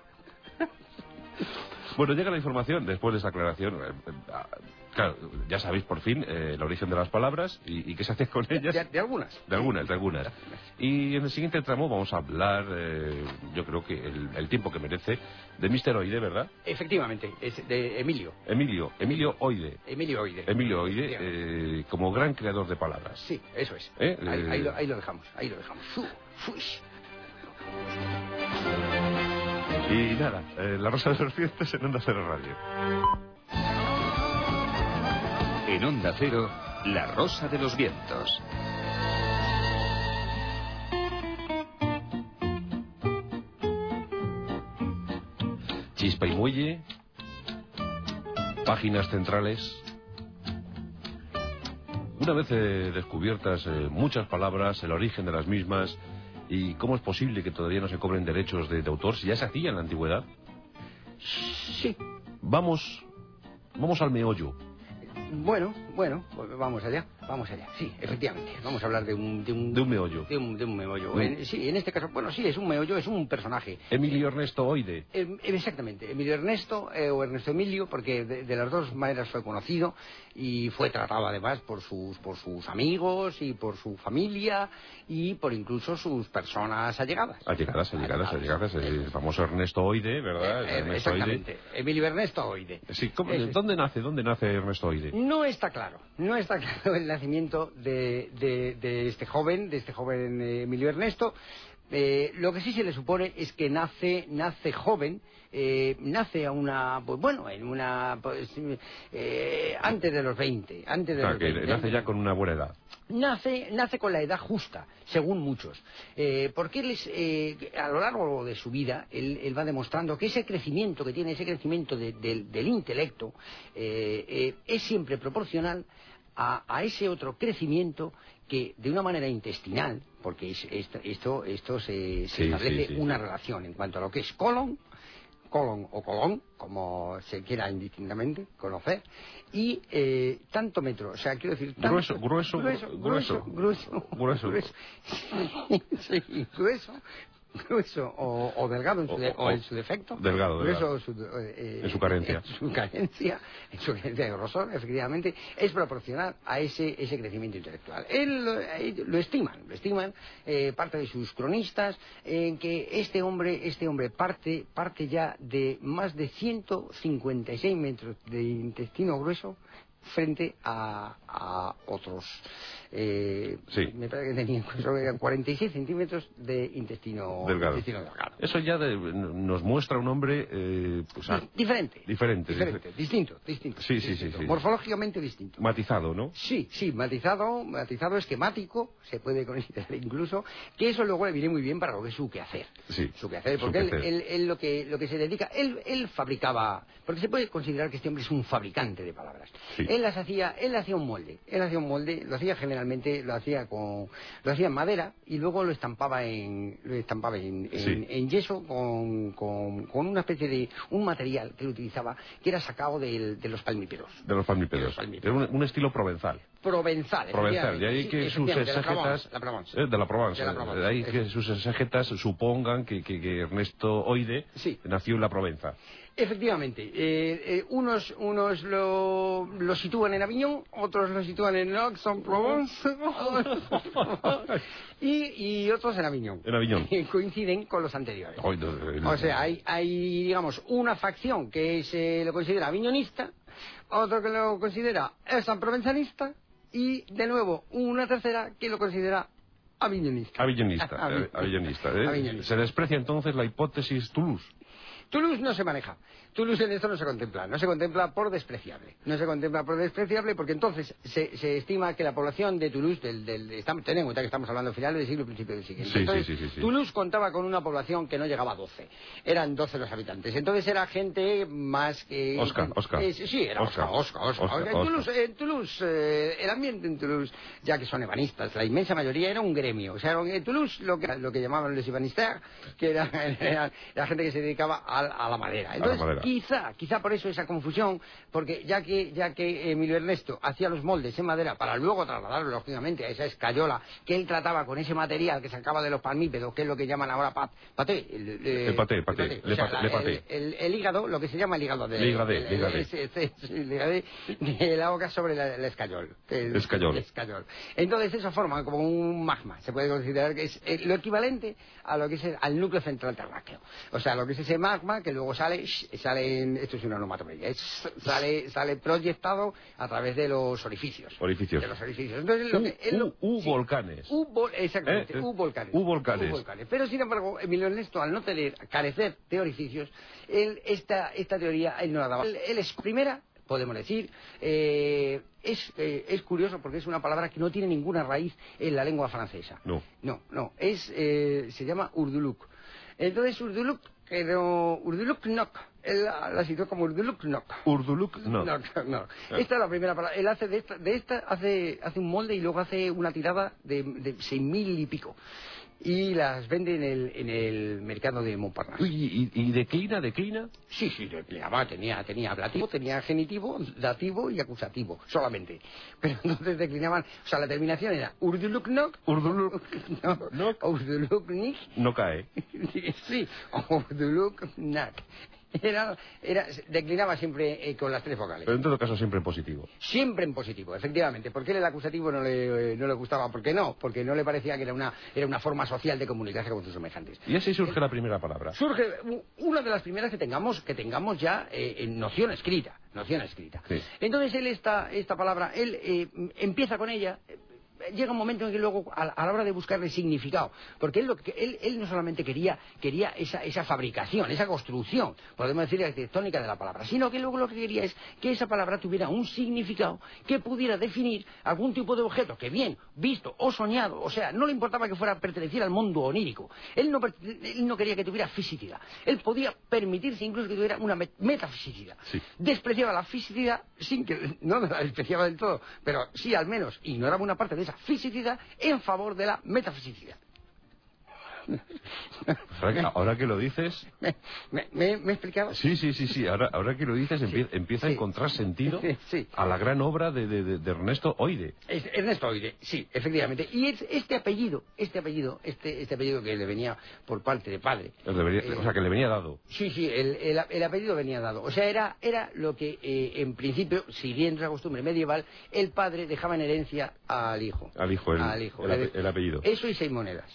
A: Bueno, llega la información después de esa aclaración. eh, eh, ah, Claro, ya sabéis por fin eh, el origen de las palabras y, y qué se hace con ellas.
B: De, de algunas.
A: De algunas, de algunas. Y en el siguiente tramo vamos a hablar, eh, yo creo que el, el tiempo que merece, de Mister Oide, ¿verdad?
B: Efectivamente, es de Emilio.
A: Emilio, Emilio Oide.
B: Emilio Oide.
A: Emilio Oide, eh, como gran creador de palabras.
B: Sí, eso es.
A: ¿Eh?
B: Ahí, ahí lo,
A: Eh.
B: ahí lo dejamos, ahí lo dejamos. Fu- fuish.
A: Y nada, eh, La Rosa de los Vientos en Onda Cero Radio.
C: En Onda Cero, La Rosa de los Vientos.
A: Chispa y Muelle, páginas centrales. Una vez eh, descubiertas eh, muchas palabras, el origen de las mismas y cómo es posible que todavía no se cobren derechos de, de autor si ya se hacía en la antigüedad,
B: Sí.
A: vamos, vamos al meollo.
B: Bueno, bueno, pues vamos allá, vamos allá. Sí, efectivamente, vamos a hablar de un... De un,
A: De un meollo.
B: De un, de un meollo.
A: Mm.
B: En- sí, en este caso, bueno, sí, es un meollo, es un personaje.
A: Emilio Ernesto Oide.
B: Em, em, exactamente, Emilio Ernesto eh, o Ernesto Emilio, porque de, de las dos maneras fue conocido y fue tratado además por sus, por sus amigos y por su familia y por incluso sus personas allegadas.
A: Allegadas, allegadas, allegadas. El famoso Ernesto Oide, ¿verdad?
B: Eh, eh,
A: Ernesto Oide.
B: exactamente, Emilio Ernesto Oide.
A: Sí, ¿cómo-
B: Ese es.
A: ¿Dónde nace? ¿Dónde nace Ernesto Oide?
B: No está claro, no está claro el nacimiento de, de- de este joven, de este joven eh, Emilio Ernesto. Eh, lo que sí se le supone es que nace, nace joven, eh, nace a una, pues bueno, en una, pues, eh, antes de los 20, antes de
A: O sea,
B: los
A: que
B: 20,
A: nace
B: antes
A: ya con una buena edad.
B: nace, nace con la edad justa, según muchos. Eh, porque él es, eh, a lo largo de su vida, él, él va demostrando que ese crecimiento que tiene, ese crecimiento de- del- del intelecto, eh, eh, es siempre proporcional a, a ese otro crecimiento que, de una manera intestinal, porque es- esto, esto, esto se, se
A: Sí,
B: establece
A: sí, sí.
B: una relación en cuanto a lo que es colon, colon o colón, como se quiera indistintamente conocer, y eh, tanto metro, o sea, quiero decir, tanto-
A: Grueso, grueso,
B: grueso,
A: grueso.
B: grueso,
A: Grueso.
B: Sí, sí, grueso, grueso o, o delgado en su, de-
A: O- o-
B: o en su defecto,
A: delgado, delgado.
B: grueso o su- eh,
A: En su carencia.
B: en su carencia, en su carencia de grosor, efectivamente, es proporcional a ese, ese crecimiento intelectual. Él eh, lo estiman, lo estiman eh, parte de sus cronistas, en que este hombre, este hombre parte, parte ya de más de 156 metros de intestino grueso frente a, a otros. Eh,
A: Sí.
B: Me parece que tenían creo que eran 46 centímetros de intestino
A: Delgado.
B: Intestino delgado.
A: Eso ya de- nos muestra un hombre eh, pues, ah,
B: diferente.
A: diferente,
B: Diferente, distinto, distinto.
A: Sí, sí, sí,
B: distinto,
A: sí.
B: Morfológicamente distinto.
A: matizado, ¿no?
B: Sí, sí, matizado, matizado esquemático, se puede considerar incluso, que eso luego le viene muy bien para lo que es su quehacer.
A: Sí,
B: Su quehacer,
A: su
B: porque él-
A: quehacer.
B: Él, él lo, que, lo que se dedica, él, él fabricaba, porque se puede considerar que este hombre es un fabricante de palabras.
A: Sí.
B: Él las hacía, él hacía un molde, él hacía un molde, lo hacía generalmente, lo hacía con, lo hacía en madera y luego lo estampaba en, lo estampaba en, en-
A: Sí.
B: en yeso con, con- con una especie de, un material que él utilizaba, que era sacado del- de los palmípedos.
A: De los palmípedos.
B: Los palmípedos.
A: Era un, un estilo provenzal.
B: Provenzal.
A: Provenzal.
B: efectivamente.
A: De ahí
B: Sí,
A: que sus
B: efectivamente, la Provence,
A: exégetas.
B: la Provence.
A: eh, de la Provence.
B: De la Provence,
A: De ahí
B: eso.
A: que sus exégetas supongan que, que- que Ernesto Oide
B: Sí.
A: nació en la Provenza.
B: Efectivamente. eh, eh, unos unos lo, lo sitúan en Aviñón, otros lo sitúan en Aix-en-Provence y, y otros en Aviñón.
A: En Aviñón.
B: Que coinciden con los anteriores.
A: Ay, no, el-
B: O sea, hay, hay, digamos, una facción que se lo considera aviñonista, otro que lo considera sanprovenzanista y, de nuevo, una tercera que lo considera aviñonista.
A: Avillonista,
B: Avi-
A: eh, avillonista, ¿eh?
B: Aviñonista.
A: Se desprecia entonces la hipótesis Toulouse.
B: Toulouse no se maneja. Toulouse en esto no se contempla. No se contempla por despreciable. No se contempla por despreciable porque entonces se, se estima que la población de Toulouse, del, del- estamos, ten en cuenta que estamos hablando finales del siglo, principio del siguiente.
A: Sí, sí,
B: Entonces,
A: sí, sí, sí.
B: Toulouse contaba con una población que no llegaba a 12. Eran 12 los habitantes. Entonces era gente más que...
A: Oscar, Oscar.
B: Eh, sí, era Oscar,
A: Oscar,
B: Oscar, Oscar.
A: Oscar,
B: En
A: Oscar.
B: Toulouse, en Toulouse, eh, el ambiente en Toulouse, ya que son ebanistas, la inmensa mayoría era un gremio. O sea, era un- en Toulouse lo que, lo que llamaban los ebanistas, que era, era- era gente que se dedicaba a, a la madera. Entonces,
A: madera.
B: quizá, quizá por eso esa confusión, porque ya que, ya que Emilio Ernesto hacía los moldes en madera para luego trasladarlo, lógicamente, a esa escayola que él trataba con ese material que sacaba de los palmípedos, que es lo que llaman ahora pat- paté. El, eh,
A: El paté, paté, le
B: o sea,
A: paté,
B: la-
A: le paté.
B: el- el, el hígado, lo que se llama el hígado de...
A: Hígado,
B: el- el-
A: hígado.
B: ese- ese- ese- el hígado de la boca sobre la- el escayol. El
A: Escayol.
B: escayol. Entonces eso forma como un magma. Se puede considerar que es eh, lo equivalente a lo que es el- al núcleo central terráqueo. O sea, lo que es ese magma que luego sale, sh- sale en- esto es una onomatopeya, es- sale, sale proyectado a través de los orificios.
A: Orificios.
B: De los orificios. Entonces lo que... es lo-
A: U, u- u
B: sí.
A: volcanes.
B: U vol- exactamente,
A: Eh, eh,
B: u volcanes.
A: u volcanes.
B: U Pero sin embargo, Emilio Ernesto, al no tener, carecer de orificios, él, esta, esta teoría él no la daba. Él, él es primera, podemos decir, eh, es, eh, es curioso porque es una palabra que no tiene ninguna raíz en la lengua francesa.
A: No.
B: No, no, es, eh, se llama Urduluk. Entonces Urduluk, pero Urduluk Nok Él la, la citó como Urduluknok.
A: Urduluk, no. Ah.
B: No, no, no. Esta es la primera palabra. Él hace de esta, de esta hace, hace un molde y luego hace una tirada de, de seis mil y pico. Y las vende en el, en el mercado de Montparnasse.
A: Uy, ¿Y, y declina, declina?
B: Sí, sí, empleaba, tenía, tenía ablativo, tenía genitivo, dativo y acusativo, solamente. Pero entonces declinaban, o sea, la terminación era Urduluknok,
A: Urduluk
B: no,
A: Nok.
B: Urduluknik,
A: no cae.
B: sí, Urduluknak. Era, era, declinaba siempre eh, con las tres vocales.
A: Pero en todo caso siempre en positivo.
B: Siempre en positivo, efectivamente, porque él el acusativo no le, eh, no le gustaba, porque no, porque no le parecía que era una, era una forma social de comunicarse con sus semejantes.
A: Y así surge la primera palabra.
B: Surge u- una de las primeras que tengamos, que tengamos ya eh, en noción escrita, noción escrita.
A: Sí.
B: Entonces él esta, esta palabra, él eh, m- empieza con ella. eh, Llega un momento en que luego, a, la- a la hora de buscarle significado, porque él, lo que- él, él no solamente quería, quería esa, esa fabricación, esa construcción, podemos decir, arquitectónica de la palabra, sino que luego lo que quería es que esa palabra tuviera un significado que pudiera definir algún tipo de objeto que bien visto o soñado, o sea, no le importaba que fuera perteneciera al mundo onírico, él no, per- él no quería que tuviera fisicidad, él podía permitirse incluso que tuviera una met- metafisicidad,
A: Sí.
B: despreciaba la fisicidad sin que no la despreciaba del todo, pero sí al menos ignoraba una parte de esa fisicidad en favor de la metafisicidad.
A: Pues Ahora que, ahora que lo dices...
B: ¿Me, me, me- me he explicado?
A: Sí, sí, sí, sí. Ahora, ahora que lo dices empie- empieza a
B: sí.
A: encontrar sentido
B: Sí.
A: a la gran obra de, de- de- de Ernesto Oide.
B: Es- Ernesto Oide, sí, efectivamente. Y es- este apellido, este apellido, este, este apellido que le venía por parte de padre.
A: Os debería-
B: eh,
A: o sea, que le venía dado.
B: Sí, sí, el, el- el apellido venía dado. O sea, era, era lo que, eh, en principio, siguiendo la costumbre medieval, el padre dejaba en herencia al hijo.
A: Al hijo, el-
B: Al hijo.
A: el ape- el apellido.
B: Eso y seis monedas.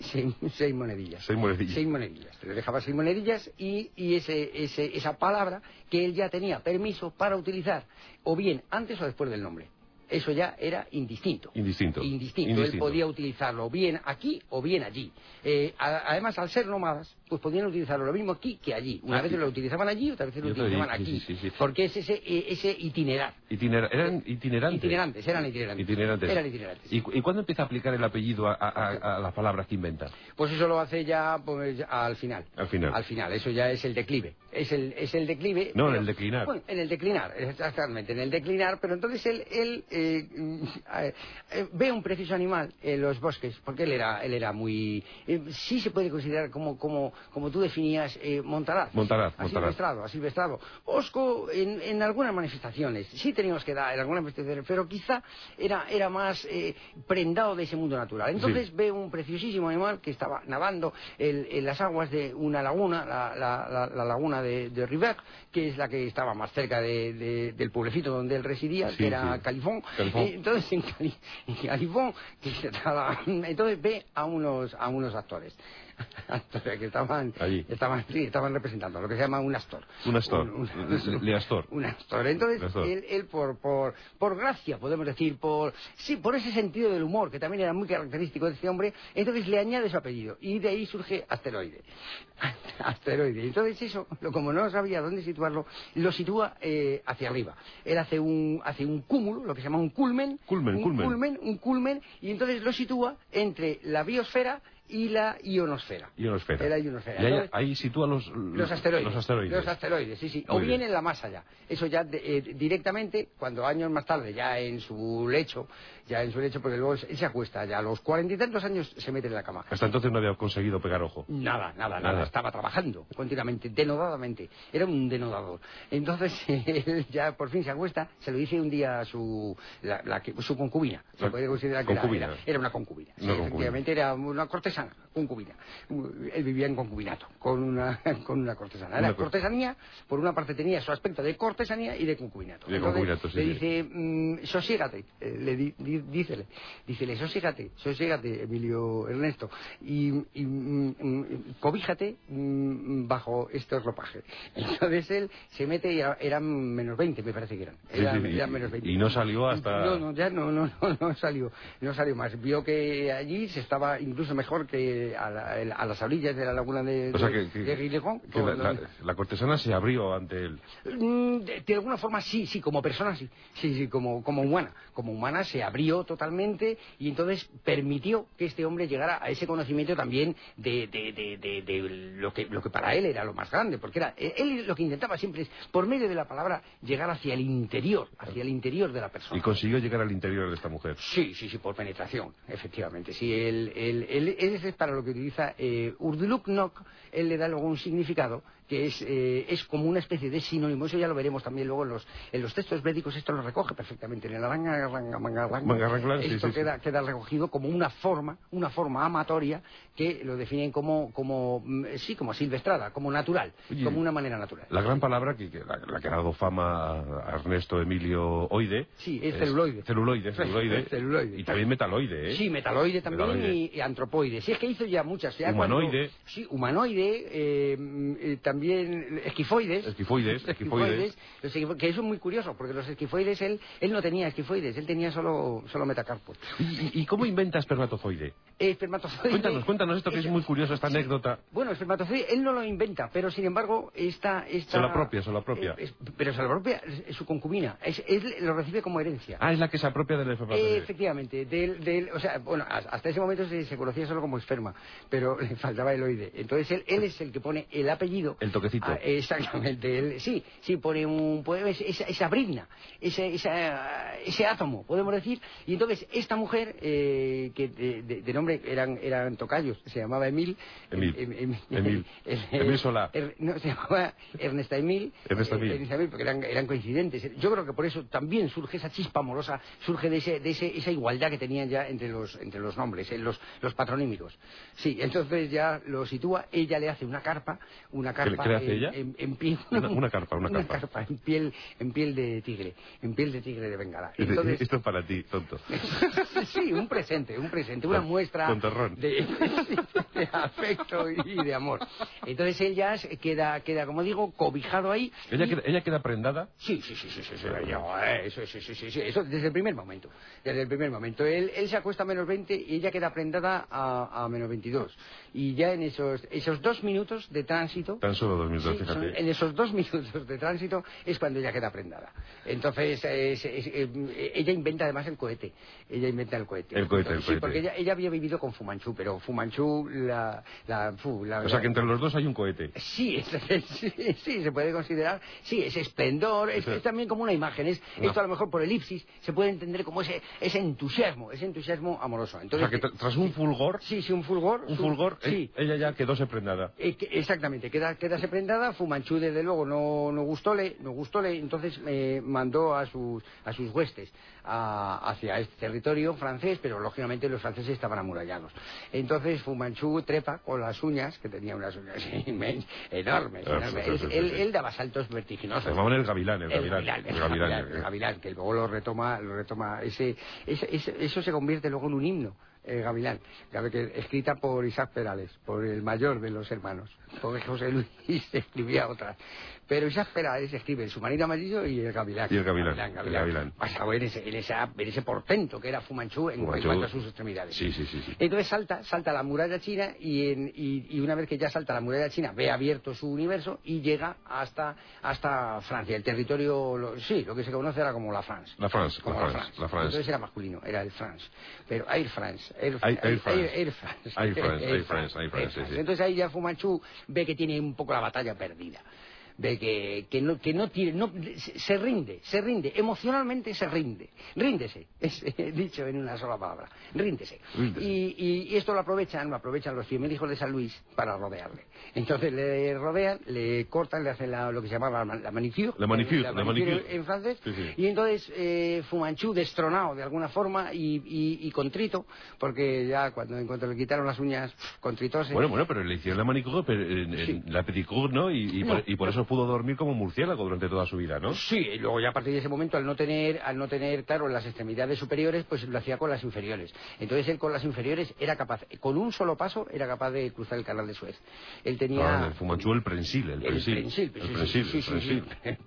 B: Seis, seis monedillas.
A: Seis monedillas.
B: Seis monedillas. Le dejaba seis monedillas y, y ese, ese- esa palabra que él ya tenía permiso para utilizar, o bien antes o después del nombre. Eso ya era indistinto.
A: Indistinto.
B: Indistinto. Él
A: Indistinto.
B: podía utilizarlo bien aquí o bien allí. Eh, a- además, al ser nómadas, pues podían utilizarlo lo mismo aquí que allí. Una
A: Ah,
B: vez
A: y-
B: lo utilizaban allí, otra vez lo
A: Y otra allí,
B: utilizaban
A: sí,
B: aquí.
A: sí, sí, sí.
B: Porque es ese, eh, ese itinerar.
A: Itinera- eran itinerantes.
B: Eh, Itinerantes, eran itinerantes.
A: Itinerantes.
B: Eran itinerantes.
A: ¿Y, cu- y cuándo empieza a aplicar el apellido a, a- a- a las palabras que inventa?
B: Pues eso lo hace ya pues, al final.
A: Al final.
B: Al final, eso ya es el declive. Es el, es el declive.
A: No, en el declinar.
B: Bueno, en el declinar, exactamente, en el declinar, pero entonces él, él eh, mm, eh, eh, ve un preciso animal en los bosques, porque él era, él era muy... eh, sí se puede considerar como, como, como tú definías eh, Montaraz.
A: Montaraz,
B: Así
A: Montaraz.
B: asilvestrado, asilvestrado. Osco en, en algunas manifestaciones, sí teníamos que dar en algunas manifestaciones, pero quizá era, era más eh, prendado de ese mundo natural. Entonces
A: Sí.
B: ve un preciosísimo animal que estaba nadando en, en las aguas de una laguna, la, la- la- la laguna de, de River, que es la que estaba más cerca de- de- del pueblecito donde él residía,
A: Sí,
B: que era
A: sí.
B: Califón.
A: Califón.
B: Eh, entonces en, Cali- en Califón, que estaba- entonces ve a unos, a unos actores. actores que estaban
A: Allí.
B: Estaban, sí, estaban representando lo que se llama un astor.
A: Un astor,
B: un-
A: le- le astor.
B: Un astor. Entonces,
A: Le astor.
B: él, él por, por, por gracia, podemos decir, por sí, por ese sentido del humor, que también era muy característico de este hombre, entonces le añade su apellido. Y de ahí surge asteroide. asteroide. Entonces eso, lo, como no sabía dónde situarlo, lo sitúa eh, hacia arriba. Él hace un, hace un cúmulo, lo que se llama un culmen.
A: Culmen,
B: un
A: culmen.
B: un culmen, y entonces lo sitúa entre la biosfera y la ionosfera.
A: Ionosfera.
B: Era ionosfera.
A: Y ahí,
B: Entonces-
A: ahí sitúa los,
B: los asteroides.
A: Los asteroides.
B: Los asteroides, sí, sí.
A: Muy
B: o bien,
A: bien.
B: en la más allá. Eso ya de- eh, directamente, cuando años más tarde, ya en su lecho, ya en su lecho, porque luego él se acuesta, ya a los cuarenta y tantos años se mete en la cama.
A: Hasta entonces no había conseguido pegar ojo.
B: Nada, nada, nada,
A: Nada.
B: Estaba trabajando continuamente, denodadamente. Era un denodador. Entonces, él ya por fin se acuesta, se lo dice un día a su, la, la que- su concubina. Se
A: La-
B: puede considerar que era-
A: concubina.
B: Era, era una concubina. Sí,
A: Una concubina.
B: efectivamente, era una cortesana, concubina. Él vivía en concubinato con una, con una cortesana. Era
A: Una cor-
B: cortesanía, por una parte tenía su aspecto de cortesanía y de concubinato.
A: De
B: Entonces,
A: concubinato, sí,
B: Le
A: sí.
B: dice, mm, sosiégate, eh, le di- di- dícele, dícele, sosiégate, sosiégate, Emilio Ernesto, y, y, mm, mm, cobíjate mm, bajo este ropaje. Entonces él se mete y a- eran menos 20, me parece que eran.
A: Sí,
B: Eran-
A: sí, sí.
B: eran menos 20.
A: Y no salió hasta-
B: No, no, ya no, no, no, no salió, no salió más. Vio que allí se estaba incluso mejor norte, a, la- el- a las orillas de la laguna de,
A: O sea,
B: de-
A: que, que-
B: de Rincón,
A: que la,
B: con-
A: la- la cortesana se abrió ante él.
B: Mm, De, de alguna forma sí, sí, como persona sí, sí, sí, como, como humana. Como humana se abrió totalmente y entonces permitió que este hombre llegara a ese conocimiento también de, de- de- de- de lo, que, lo que para él era lo más grande, porque era eh, él lo que intentaba siempre es, por medio de la palabra, llegar hacia el interior, hacia el interior de la persona.
A: Y consiguió llegar al interior de esta mujer.
B: Sí, sí, sí, por penetración, efectivamente. Sí, él, él, él- ese es para lo que utiliza eh, Urduluknok, él le da luego un significado que es, eh, es como una especie de sinónimo, eso ya lo veremos también luego en los, en los textos védicos, esto lo recoge perfectamente, en el Aranga, Aranga, Manga, Aranga,
A: Manga, Aranga, sí,
B: esto
A: sí, sí.
B: queda, queda recogido como una forma, una forma amatoria que lo definen como, como mm, sí, como silvestrada, como natural,
A: Oye,
B: como una manera natural.
A: La gran palabra que, que la, la que ha dado fama a Ernesto Emilio Oide.
B: Sí, es celuloide.
A: Celuloide, celuloide.
B: Celuloide.
A: Y también metaloide, ¿eh?
B: Sí, metaloide también
A: Metaloide.
B: Y, y antropoide. Sí, es que hizo ya muchas. ya
A: Humanoide.
B: cuando- sí, humanoide, eh, mm, eh, también esquifoides.
A: Esquifoides, esquifoides.
B: Los esquifo- que eso es muy curioso, porque los esquifoides, él, él no tenía esquifoides, él tenía solo, solo metacarpos.
A: ¿Y, y- y cómo inventa espermatozoide?
B: Eh, espermatozoide-
A: Cuéntanos, cuéntanos esto que es muy curioso, esta anécdota.
B: Bueno, espermatozoide, él no lo inventa, pero sin embargo, esta... esta
A: Se lo apropia, se lo apropia.
B: Eh, es- pero se lo apropia eh, su concubina. Es, él lo recibe como herencia.
A: Ah, es la que se apropia del
B: Eh,
A: espermatozoide.
B: efectivamente, del, del- o sea, bueno, as- hasta ese momento se, se conocía solo como esperma, pero le faltaba el oide. Entonces él, él es el que pone el apellido.
A: El toquecito.
B: Ah, exactamente, él, sí, sí, pone un, pone es- esa, esa brigna, ese, esa- ese átomo, podemos decir. Y entonces esta mujer, eh, que de, de- de nombre eran, eran tocayos, se llamaba Emil.
A: Emil.
B: Em- em-
A: Emil. Emil Solá.
B: Er- no, se llamaba Ernesta Emil.
A: Ernesta Emil.
B: Eh, Isabel, porque eran, eran coincidentes. Yo creo que por eso también surge esa chispa amorosa, surge de, ese- de ese- esa igualdad que tenían ya entre los, entre los nombres, eh, los, los patronímicos. Sí, entonces ya lo sitúa, ella le hace una carpa, una
A: ¿Qué le-
B: carpa
A: qué le hace
B: en,
A: ella?
B: en- en piel.
A: Una- una carpa, una carpa.
B: en, piel, en piel de tigre, en piel de tigre de Bengala. Entonces-
A: Esto es para ti, tonto.
B: sí, un presente, un presente, una
A: Con-
B: muestra
A: con terrón.
B: De, de afecto y de amor. Entonces él ya se queda, queda como digo, cobijado ahí.
A: Ella
B: y-
A: queda, ella queda prendada.
B: Sí, sí, sí, sí, sí, sí, yo, eh, eso, sí, sí, sí, sí, eso desde el primer momento, desde el primer momento. Él, él se acuesta a menos 20 y ella queda prendada a, a menos 22. Y ya en esos, esos dos minutos de tránsito...
A: Tan solo dos minutos,
B: Sí, son-
A: fíjate.
B: en esos dos minutos de tránsito es cuando ella queda prendada. Entonces, eh, es- es- eh, ella inventa además el cohete. Ella inventa el cohete.
A: El cohete, el
B: Sí,
A: cohete.
B: porque ella, ella había vivido con Fumanchu, pero Fumanchu la... la, fu- la-
A: O sea
B: la-
A: que entre los dos hay un cohete.
B: Sí, es- sí, sí, se puede considerar, sí, es esplendor, es,
A: Eso-
B: es también como una imagen, es,
A: No.
B: esto a lo mejor por elipsis se puede entender como ese, ese entusiasmo, ese entusiasmo amoroso.
A: O
B: Entonces,
A: sea que tra- tras un fulgor,
B: sí, sí, un fulgor.
A: un
B: su-
A: fulgor,
B: sí.
A: eh, ella ya quedóse prendada.
B: Eh, que- exactamente, queda, quedase prendada, Fumanchu desde luego no, no gustóle, no gustóle, entonces eh, mandó a sus, a sus huestes a- hacia este territorio francés, pero lógicamente los franceses estaban amurallados. Entonces Fumanchu trepa con las uñas, que tenía unas uñas inmen- enormes,
A: Ah,
B: enormes.
A: sí, sí, sí,
B: Él- él,
A: sí.
B: él daba saltos
A: Se
B: vertiginosos.
A: llamaban el gavilán, el
B: El
A: gavilán.
B: gavilán,
A: el gavilán,
B: el
A: eh.
B: gavilán, que luego lo retoma, lo retoma ese, ese- ese- eso se convierte luego en un himno, el gavilán, que- que- escrita por Isaac Perales, por el mayor de los hermanos, porque José Luis escribía otras. Pero Isaac Perales escribe su marido amarillo y el gavilán.
A: Y el gavilán, el gavilán.
B: Basado en ese, en esa- en ese portento que era Fumanchu en, en
A: Fumanchu.
B: cuanto a sus extremidades.
A: eh,
B: Eh,
A: Sí, sí, sí, sí.
B: Entonces salta, salta a la muralla china y, en- y- y una vez que ya salta a la muralla china ve abierto su universo y llega hasta, hasta Francia, el territorio, lo- sí, lo que se conoce era como la France.
A: La France,
B: Como
A: la France, la France.
B: Entonces era masculino, era el France. Pero Air France, Air,
A: Air- Air France.
B: Air- Air France.
A: Air France, Air France, Air France, sí, sí.
B: Entonces ahí ya Fumanchu ve que tiene un poco la batalla perdida. Ve que, que no, que no tiene, no, se se rinde, se rinde, emocionalmente se rinde, ríndese, es eh, dicho en una sola palabra, ríndese.
A: Ríndese.
B: Y, y- y esto lo aprovechan, lo aprovechan los fieles hijos de San Luis para rodearle. Entonces le rodean, le cortan, le hacen la- lo que se llama la, man- la manicure.
A: La manicure, la manicure.
B: En francés.
A: Sí, sí.
B: Y entonces eh, Fumanchu destronado de alguna forma y, y- y contrito, porque ya cuando en cuanto le quitaron las uñas, contritos.
A: Bueno, bueno, pero le hicieron la manicure, pero en, en
B: Sí.
A: la pedicure, ¿no? Y, y
B: No,
A: por, y por
B: no,
A: eso pudo dormir como un murciélago durante toda su vida, ¿no?
B: Sí, y luego ya a partir de ese momento, al no tener, al no tener, claro, las extremidades superiores, pues lo hacía con las inferiores. Entonces él con las inferiores era capaz, con un solo paso, era capaz de cruzar el canal de Suez. Él tenía...
A: Ah, el Fumanchú, el prensil, el prensil.
B: prensil,
A: el
B: sí,
A: prensil,
B: sí,
A: el
B: sí, sí,
A: prensil.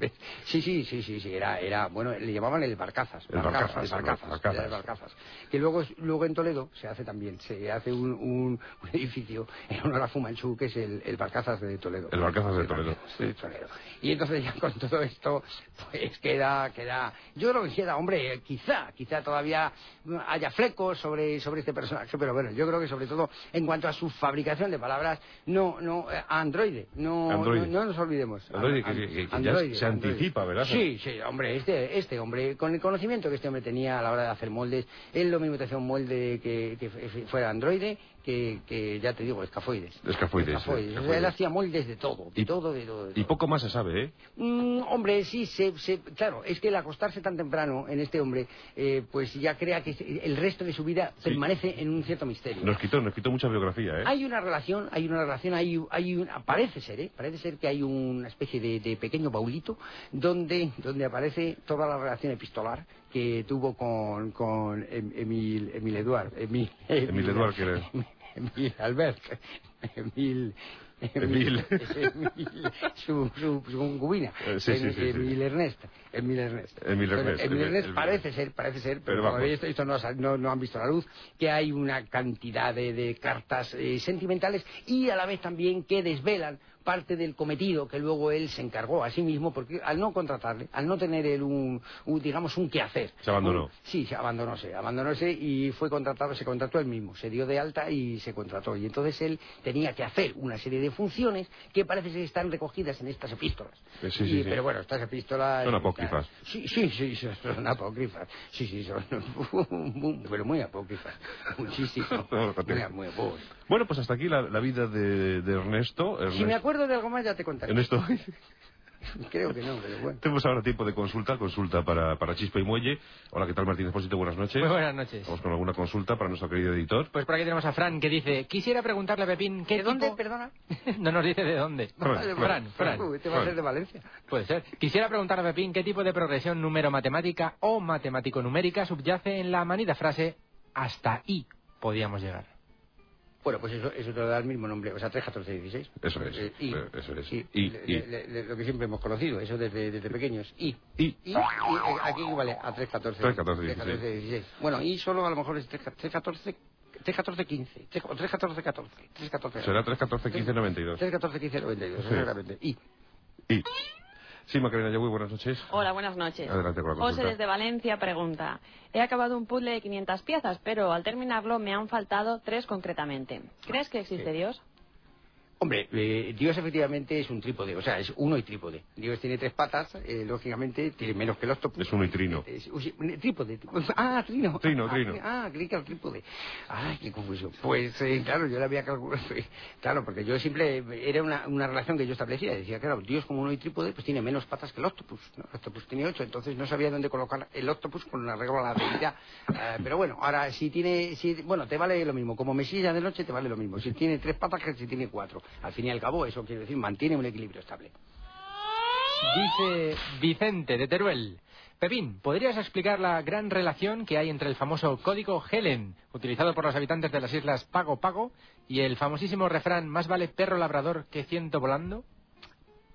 B: sí, sí, sí, sí, sí, era, era, bueno, le llamaban el barcazas,
A: El Barcazas,
B: el
A: el
B: barcazas,
A: Barcazas.
B: era el barcazas. que luego, es- luego en Toledo se hace también, se hace un, un- un edificio en honor a Fumanchu, que es el, el barcazas de Toledo.
A: El Barcazas de
B: El
A: Toledo.
B: Barcazas de Toledo. Y entonces ya con todo esto, pues queda, queda, yo creo que queda, hombre, eh, quizá, quizá todavía haya flecos sobre, sobre este personaje, pero bueno, yo creo que sobre todo en cuanto a su fabricación de palabras, no, no, eh, androide, no,
A: Androide.
B: no, no nos olvidemos.
A: Androide, que-
B: An-
A: que- que ya
B: androide,
A: se
B: androide.
A: anticipa, ¿verdad?
B: Sí, sí, hombre, este, este hombre, con el conocimiento que este hombre tenía a la hora de hacer moldes, él lo mismo te hacía un molde que, que f- fuera androide, que, que ya te digo, escafoides.
A: Escafoides, eh,
B: Escafoides. O sea,
A: escafoides.
B: él hacía moldes de todo, de
A: Y-
B: todo, de todo. de
A: Y
B: todo.
A: poco más se sabe, ¿eh?
B: Mm, hombre, sí, se, se- claro, es que el acostarse tan temprano en este hombre, eh, pues ya crea que se- el resto de su vida
A: Sí.
B: permanece en un cierto misterio.
A: Nos quitó, nos quitó mucha biografía, ¿eh?
B: Hay una relación, hay una relación, hay, hay una, parece ser, ¿eh? parece ser que hay una especie de, de pequeño baulito donde, donde aparece toda la relación epistolar que tuvo con, con Em- Emil, Emil Eduard, Emil,
A: Emil Eduard, que era-
B: Emil Albert, Emil,
A: Emil.
B: Emil, su, su- su concubina, Em,
A: Eh, sí, sí, sí, sí.
B: Emil Ernest, Emil Ernest,
A: Emil Ernest,
B: Emil
A: Emil-
B: Ernest
A: Emil-
B: parece ser, parece ser,
A: Pero
B: pero, como
A: vamos.
B: veis, esto, esto no, ha sal- no- no han visto la luz, que hay una cantidad de, de cartas eh, sentimentales y a la vez también que desvelan parte del cometido que luego él se encargó a sí mismo, porque al no contratarle, al no tener él un, un, digamos, un quehacer.
A: Se abandonó.
B: un- sí, se abandonó, se abandonóse y fue contratado, se contrató él mismo, se dio de alta y se contrató. Y entonces él tenía que hacer una serie de funciones que parece que están recogidas en estas epístolas.
A: Eh, sí,
B: Y-
A: sí, sí.
B: Pero bueno, estas epístolas...
A: Son apócrifas.
B: Sí, sí, sí, son- son apócrifas. Sí, sí, son. muy- Pero muy apócrifas. Muchísimo. Muy, muy apócrifas.
A: Bueno, pues hasta aquí la, la vida de, de Ernesto.
B: Si me
A: Ernesto-
B: acuerdo de algo más, ya te contaré.
A: Ernesto,
B: Creo que no, pero bueno.
A: tenemos ahora tiempo de consulta, consulta para, para Chispa y Muelle. Hola, ¿qué tal Martín Espósito? Buenas noches.
D: Muy buenas noches.
A: Vamos con alguna consulta para nuestro querido editor.
D: Pues por aquí tenemos a Fran que dice, quisiera preguntarle a Pepín qué
B: ¿De dónde?
D: tipo-
B: Perdona.
D: no nos dice de dónde.
A: Fran,
B: Vale,
A: Fran,
D: Fran.
B: Uy, Este va a
A: Fran.
B: ser de Valencia.
D: Puede ser. Quisiera preguntar a Pepín qué tipo de progresión número-matemática o matemático-numérica subyace en la manida frase hasta I podíamos llegar.
B: Bueno, pues eso, eso te lo da el mismo nombre, o sea, 3, 14, 16.
A: Eso es,
B: Eh, y,
A: eh, eso es.
B: Y,
A: Y,
B: le-
A: y.
B: le- le- lo que siempre hemos conocido, eso desde, desde pequeños. Y,
A: Y.
B: y, y, eh, aquí equivale a 3, 14,
A: 3, 14,
B: 16. Bueno, y solo a lo mejor es 3, 14, 3, 14, 15. 3, 14, 14. 3, 14.
A: Será 3, 14, 15, 92.
B: 3, 14, 15, 92, exactamente. Y
A: Y. Sí, Macarena Yagüe, buenas noches.
E: Hola, buenas noches.
A: Adelante con la consulta.
E: José desde Valencia pregunta. He acabado un puzzle de 500 piezas, pero al terminarlo me han faltado tres concretamente. ¿Crees que existe
B: Sí.
E: Dios?
B: Hombre, eh, Dios efectivamente es un trípode, o sea, es uno y trípode. Dios tiene tres patas, eh, lógicamente tiene menos que el octopus.
A: Es uno y trino.
B: Es- uy, trípode. Ah, trino.
A: Trino,
B: Ah,
A: trino.
B: Ah, creí que era trípode. Ay, qué confusión. Pues eh, claro, yo la había calculado. Claro, porque yo siempre, era una, una relación que yo establecía. Decía, claro, Dios como uno y trípode, pues tiene menos patas que el octopus. ¿no? El octopus tiene ocho, entonces no sabía dónde colocar el octopus con una regla a la derecha. Eh, pero bueno, ahora si tiene, si, bueno, te vale lo mismo. Como mesilla de noche te vale lo mismo. Si tiene tres patas que si tiene cuatro. Al fin y al cabo, eso quiere decir, mantiene un equilibrio estable.
D: Dice Vicente de Teruel. Pepín, ¿podrías explicar la gran relación que hay entre el famoso código Helen, utilizado por los habitantes de las islas Pago Pago, y el famosísimo refrán más vale perro labrador que ciento volando?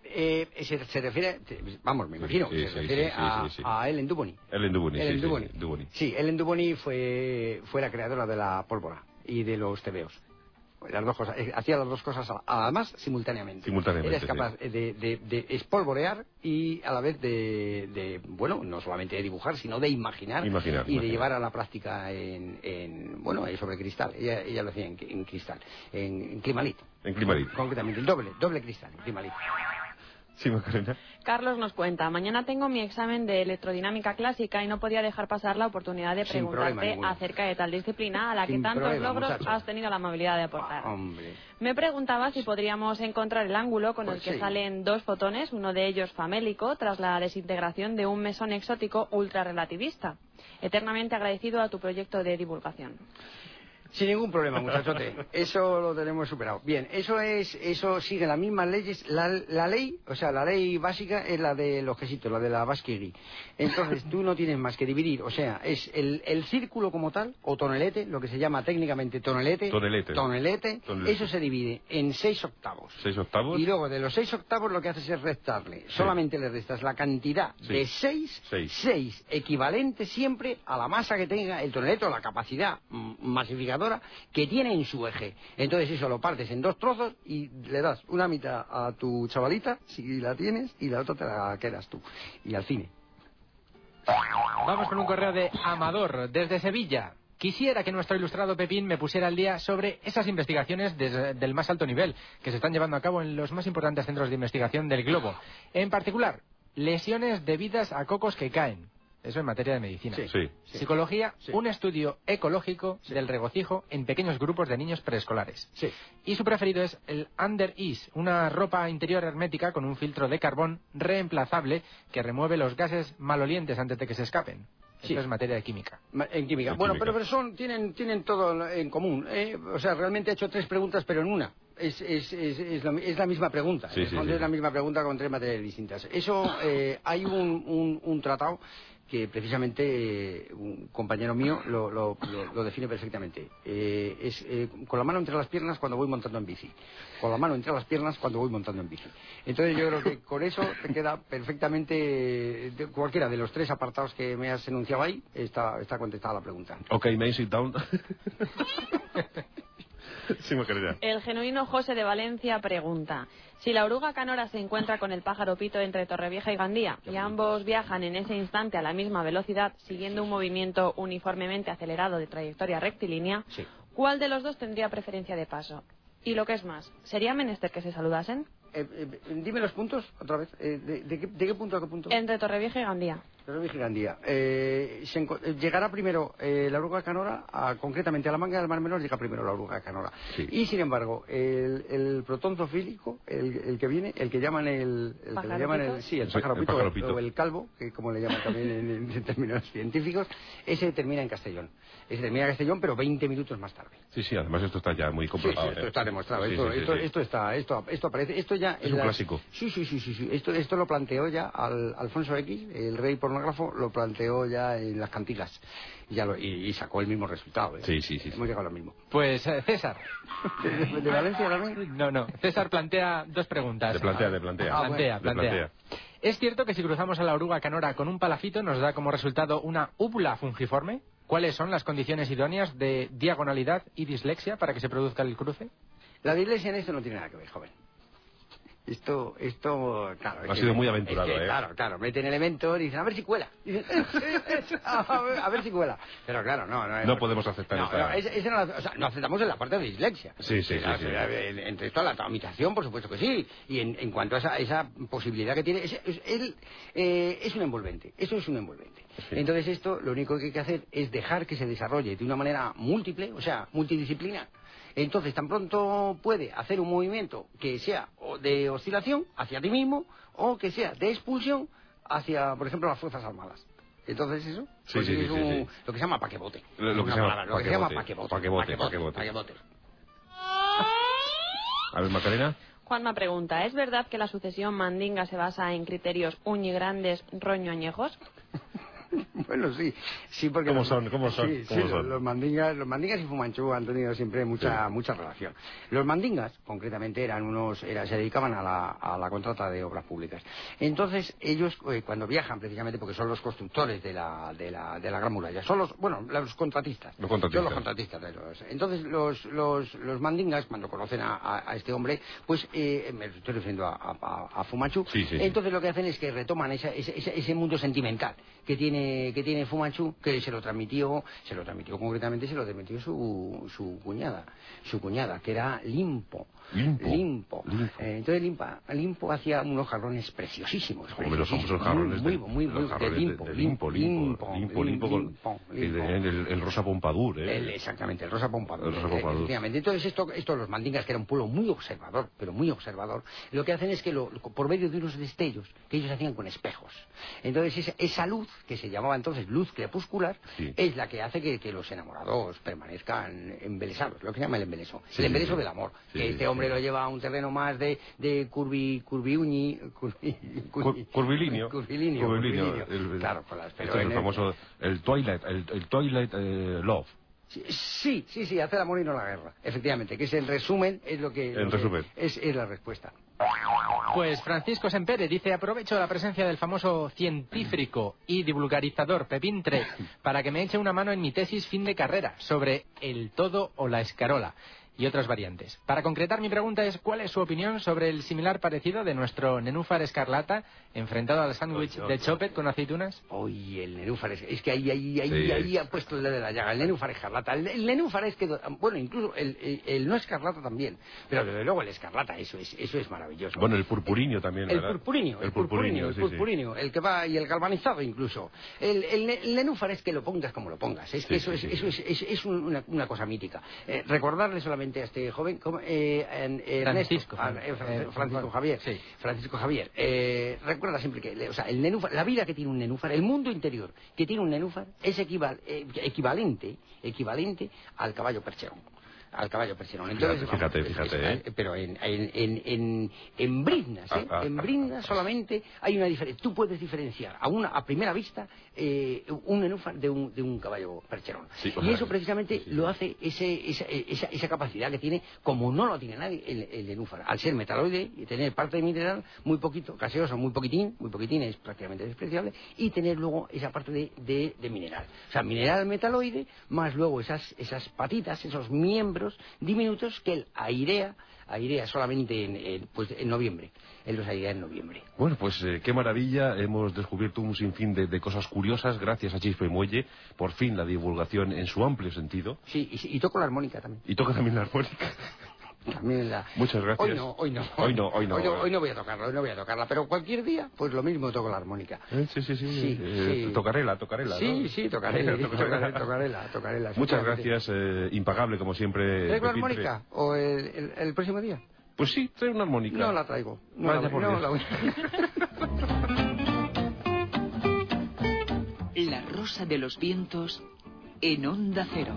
B: Eh, se, se refiere, te- vamos, me imagino,
A: Sí,
B: se
A: sí,
B: refiere
A: sí, sí,
B: a,
A: sí, sí.
B: a Ellen Dubony.
A: Ellen Duboni, sí,
B: Ellen
A: sí,
B: Dubony.
A: sí, Duboni.
B: Sí, Ellen Dubony fue, fue la creadora de la pólvora y de los tebeos. Las dos cosas, eh, hacía las dos cosas a- además simultáneamente.
A: Simultáneamente,
B: Era capaz eh, de, de- de espolvorear y a la vez de, de, bueno, no solamente de dibujar, sino de imaginar,
A: Imaginar,
B: y de
A: imaginar.
B: llevar a la práctica en, en, bueno, eh, sobre cristal. Ella, ella lo hacía en, en cristal, en, en climalit,
A: En Climarit.
B: concretamente, el doble, doble cristal, en climalit.
A: Sí, Macarena.
E: Carlos nos cuenta. Mañana tengo mi examen de electrodinámica clásica y no podía dejar pasar la oportunidad de
B: Sin problema
E: preguntarte
B: ninguno.
E: acerca de tal disciplina a la que
B: Sin
E: tantos
B: problema,
E: logros
B: muchacho. Ah,
E: has tenido la amabilidad de aportar.
A: Ah,
B: Hombre.
E: Me preguntaba si podríamos encontrar el ángulo con
B: Pues
E: el que
B: sí.
E: salen dos fotones, uno de ellos famélico, tras la desintegración de un mesón exótico ultrarrelativista. Eternamente agradecido a tu proyecto de divulgación.
B: Sin ningún problema, muchachote. Eso lo tenemos superado. Bien, eso es, eso sigue las mismas leyes. La, la ley, o sea, la ley básica es la de los quesitos, la de la basquiri. Entonces tú no tienes más que dividir, o sea, es el, el círculo como tal, o tonelete, lo que se llama técnicamente tonelete.
A: Tonelete.
B: Tonelete.
A: Tonelete.
B: Eso se divide en seis octavos.
A: ¿Seis octavos?
B: Y luego de los seis octavos lo que haces es restarle. Solamente le restas la cantidad
A: Sí.
B: de seis,
A: Seis.
B: seis, equivalente siempre a la masa que tenga el tonelete o la capacidad mm, masificadora que tiene en su eje. Entonces eso lo partes en dos trozos y le das una mitad a tu chavalita, si la tienes, y la otra te la quedas tú. Y al cine.
D: Vamos con un correo de Amador, desde Sevilla. Quisiera que nuestro ilustrado Pepín me pusiera al día sobre esas investigaciones desde- del más alto nivel que se están llevando a cabo en los más importantes centros de investigación del globo. En particular, lesiones debidas a cocos que caen. Eso en materia de medicina.
B: Sí.
A: Sí.
B: Sí.
D: Psicología,
B: Sí.
D: un estudio ecológico del regocijo en pequeños grupos de niños preescolares.
B: Sí.
D: Y su preferido es el Under Ease, una ropa interior hermética con un filtro de carbón reemplazable que remueve los gases malolientes antes de que se escapen.
B: Sí.
D: Esto es materia de química.
B: Ma- En química.
A: En
B: bueno,
A: química.
B: pero, pero son, tienen, tienen todo en común. ¿eh? O sea, realmente he hecho tres preguntas, pero en una. Es, es, es, es la, es la misma pregunta.
A: Sí,
B: En el
A: sí,
B: fondo
A: sí,
B: es la
A: sí.
B: misma pregunta con tres materias distintas. Eso, eh, hay un, un, un tratado que precisamente eh, un compañero mío lo, lo- lo- lo define perfectamente. Eh, es eh, con la mano entre las piernas cuando voy montando en bici. Con la mano entre las piernas cuando voy montando en bici. Entonces yo creo que con eso te queda perfectamente eh, de- cualquiera de los tres apartados que me has enunciado ahí, está, está contestada la pregunta.
A: Ok, may sit down. sí, me querida.
E: El genuino José de Valencia pregunta si la oruga canora se encuentra con el pájaro pito entre Torrevieja y Gandía y ambos viajan en ese instante a la misma velocidad siguiendo un movimiento uniformemente acelerado de trayectoria rectilínea,
B: Sí.
E: ¿cuál de los dos tendría preferencia de paso? Y lo que es más, ¿sería menester que se saludasen?
B: Eh, eh, dime los puntos otra vez. Eh, de, de qué, de qué punto a qué punto?
E: Entre Torrevieja y Gandía.
B: Pero dije Gandía, eh, se enco- eh, llegará primero eh, la oruga canora, a- concretamente a la manga del Mar Menor llega primero la oruga canora.
A: Sí.
B: Y sin embargo, el, el protonzofílico, el, el que viene, el que llaman el, el que le
E: ¿Pájaro
B: llaman
E: pito?
B: el, sí, el
A: Sí,
B: pájaro
A: el
B: pito,
A: pájaro pito.
B: o el calvo, que como le llaman también en, en términos científicos, ese termina en Castellón. Ese termina en Castellón, pero 20 minutos más tarde.
A: Sí, sí, además esto está ya muy
B: Sí, sí,
A: comprobado.
B: esto
A: ¿eh?
B: está demostrado.
A: Sí,
B: esto,
A: sí, sí,
B: esto-
A: sí.
B: esto está, esto, esto aparece, esto ya.
A: Es
B: en
A: un clásico.
B: Sí, sí, sí, sí, sí. Esto, esto lo planteó ya al- Alfonso X, el rey pornógrafo, lo planteó ya en las cantigas. Y Ya lo- y, y sacó el mismo resultado. ¿eh?
A: Sí, sí, sí, sí.
B: Hemos llegado a lo mismo.
D: Pues eh, César.
B: ¿De, de Valencia también?
D: No, no. César plantea dos preguntas.
A: Te plantea, te plantea.
D: Ah, plantea,
A: Te
D: plantea.
A: plantea.
D: ¿Es cierto que si cruzamos a la oruga canora con un palafito nos da como resultado una úvula fungiforme? ¿Cuáles son las condiciones idóneas de diagonalidad y dislexia para que se produzca el cruce?
B: La de iglesia en esto no tiene nada que ver, joven. Esto, esto, claro. es
A: Ha
B: que-
A: sido muy aventurado,
B: es que,
A: ¿eh?
B: Claro, claro. Meten elementos y dicen, a ver si cuela. Dicen, "Eh, a, ver, a ver si cuela. Pero claro, no. No,
A: No podemos aceptar
B: No,
A: esta-
B: no, esa- esa no la- o sea, no aceptamos en la parte de dislexia.
A: Sí, sí, sí,
B: Ah,
A: sí.
B: En, en respecto a la tramitación, por supuesto que sí. Y en, en cuanto a esa, esa posibilidad que tiene, es, es- el, eh, es un envolvente. Eso es un envolvente. Entonces esto lo único que hay que hacer es dejar que se desarrolle de una manera múltiple, o sea, multidisciplinar. Entonces, tan pronto puede hacer un movimiento que sea o de oscilación hacia ti mismo o que sea de expulsión hacia, por ejemplo, las Fuerzas Armadas. Entonces, eso
A: Sí,
B: pues,
A: sí,
B: es
A: sí, sí, sí.
B: un- lo que se llama paquebote.
A: Lo- lo que
B: Una
A: se llama
B: palabra, lo que se llama
A: paquebote.
B: paquebote.
A: Paquebote, paquebote.
B: paquebote.
A: A ver, Macarena.
E: Juanma pregunta, ¿es verdad que la sucesión mandinga se basa en criterios uñigrandes, roño añejos?
B: Bueno, sí, sí, porque...
A: ¿Cómo
B: los-
A: son? ¿Cómo son?
B: Sí, sí,
A: ¿Cómo son?
B: Los, mandingas, los mandingas y Fumanchu han tenido siempre mucha mucha relación. Los mandingas, concretamente, eran unos era- se dedicaban a la, a la contrata de obras públicas. Entonces, ellos, eh, cuando viajan, precisamente porque son los constructores de la, de la, de la Gran Muralla, son los, bueno, los contratistas.
A: Los contratistas.
B: Son los contratistas de los- Entonces, los, los, los mandingas, cuando conocen a, a- a este hombre, pues, eh, me estoy refiriendo a, a, a- a Fumanchu,
A: Sí, sí, sí.
B: entonces, entonces lo que hacen es que retoman esa- ese, ese- ese mundo sentimental que tiene que tiene Fumanchu, que se lo transmitió, se lo transmitió concretamente, se lo transmitió su, su cuñada, su cuñada, que era Limpo.
A: Limpo.
B: Limpo.
A: Limpo.
B: Eh, entonces Limpa, Limpo hacía unos jarrones preciosísimos.
A: Hombre, los famosos
B: preciosísimos,
A: jarrones
B: muy,
A: de-
B: muy, muy,
A: los
B: muy, de
A: jarrones de-
B: Limpo,
A: de limpo, limpo, limpo, limpo, con-
B: Limpo,
A: y de-
B: Limpo.
A: en el, el Rosa Pompadour, ¿eh?
B: El- exactamente, el Rosa Pompadour.
A: El Rosa Pompadour.
B: Eh, efectivamente. Entonces, esto, esto, los mandingas, que era un pueblo muy observador, pero muy observador, lo que hacen es que, lo- por medio de unos destellos que ellos hacían con espejos, entonces esa, esa luz que se llamaba llamaba entonces luz crepuscular,
A: Sí.
B: es la que hace que, que los enamorados permanezcan embelesados, lo que se llama el embeleso,
A: Sí,
B: el embeleso
A: sí, sí.
B: del amor.
A: Sí,
B: que
A: sí,
B: este
A: sí.
B: hombre lo lleva a un terreno más de, de curvi, curviuñi, curvi,
A: Cur- curvilíneo.
B: curvilíneo,
A: Curvilíneo,
B: curvilíneo.
A: el-
B: claro, con las
A: este
B: pero
A: es el
B: en el-
A: famoso, el Twilight, el, el Twilight eh, Love.
B: Sí, sí, sí, hace el amor y no la guerra, efectivamente, que es el resumen, es lo que,
A: En
B: lo que
A: resumen.
B: Es, es la respuesta.
D: Pues Francisco Sempere dice, aprovecho la presencia del famoso científico y divulgarizador Pepintre para que me eche una mano en mi tesis fin de carrera sobre el todo o la escarola y otras variantes. Para concretar mi pregunta es, ¿cuál es su opinión sobre el similar parecido de nuestro nenúfar escarlata enfrentado al sándwich de Chopet con aceitunas?
B: Oye, el nenúfar es, es que ahí, ahí, ahí,
A: Sí.
B: ahí ha puesto el dedo de la llaga. El nenúfar escarlata. El, el nenúfar es que, bueno, incluso el, el- el no escarlata también. Pero desde luego el escarlata, eso es, eso es maravilloso.
A: Bueno, el purpurinio también,
B: El
A: ¿verdad?
B: purpurinio, el,
A: El
B: purpurinio,
A: purpurinio,
B: el
A: sí, sí.
B: purpurinio, el que va y el galvanizado incluso. El, el, ne- el nenúfar es que lo pongas como lo pongas, es que
A: Sí,
B: eso,
A: sí,
B: es,
A: sí.
B: eso es, es- es un- una, una cosa mítica. Eh, recordarle solamente a este joven, ¿cómo? Eh, en- eh,
D: Francisco,
B: Ernesto, ah, eh, Fran-
D: eh,
B: Francisco Javier,
D: sí.
B: Francisco Javier, eh, recuerda siempre que, le- o sea, el nenúfar, la vida que tiene un nenúfar, el mundo interior que tiene un nenúfar es equival- eh, equivalente, equivalente al caballo percherón. Al caballo percherón. Entonces,
A: Fíjate,
B: vamos,
A: fíjate,
B: es-
A: ¿eh?
B: eh, pero en, en, en, en, en briznas, ¿eh?
A: Ah, ah,
B: en
A: ah,
B: briznas solamente hay una diferencia. Tú puedes diferenciar a, una, a primera vista eh, un nenúfar de un, de un caballo percherón.
A: Sí,
B: y
A: hombre,
B: eso precisamente
A: sí, sí.
B: lo hace ese, esa, esa, esa capacidad que tiene, como no lo tiene nadie, el, el nenúfar. Al ser metaloide y tener parte de mineral muy poquito, gaseoso, muy poquitín, muy poquitín es prácticamente despreciable, y tener luego esa parte de, de, de mineral. O sea, mineral metaloide más luego esas, esas patitas, esos miembros diminutos que él airea, airea solamente en, en, pues, en noviembre. Él los airea en noviembre.
A: Bueno, pues eh, qué maravilla, hemos descubierto un sinfín de, de cosas curiosas gracias a Chispa y Muelle, por fin la divulgación en su amplio sentido,
B: Sí, y, y toco la armónica también.
A: y toca también la armónica.
B: También la-
A: Muchas gracias.
B: Hoy no, hoy no.
A: Hoy no, hoy no.
B: hoy voy a tocarla, hoy no voy a tocarla, pero cualquier día, pues lo mismo toco la armónica.
A: Eh, Sí, sí, sí,
B: Sí,
A: eh,
B: sí.
A: tocarela, tocarela,
B: sí,
A: ¿no?
B: sí, tocaré, tocaré,
A: Tocarela.
B: tocaré, la- tocaré la-
A: Muchas
B: efectivamente.
A: gracias, eh, impagable como siempre.
B: ¿Traigo la
A: Pepintre.
B: armónica? ¿O el, el- el próximo día?
A: Pues sí, trae una armónica.
B: No la traigo. No
A: Vaya
B: la,
A: por
B: no
A: Dios.
B: la voy-
F: La Rosa de los Vientos en Onda Cero.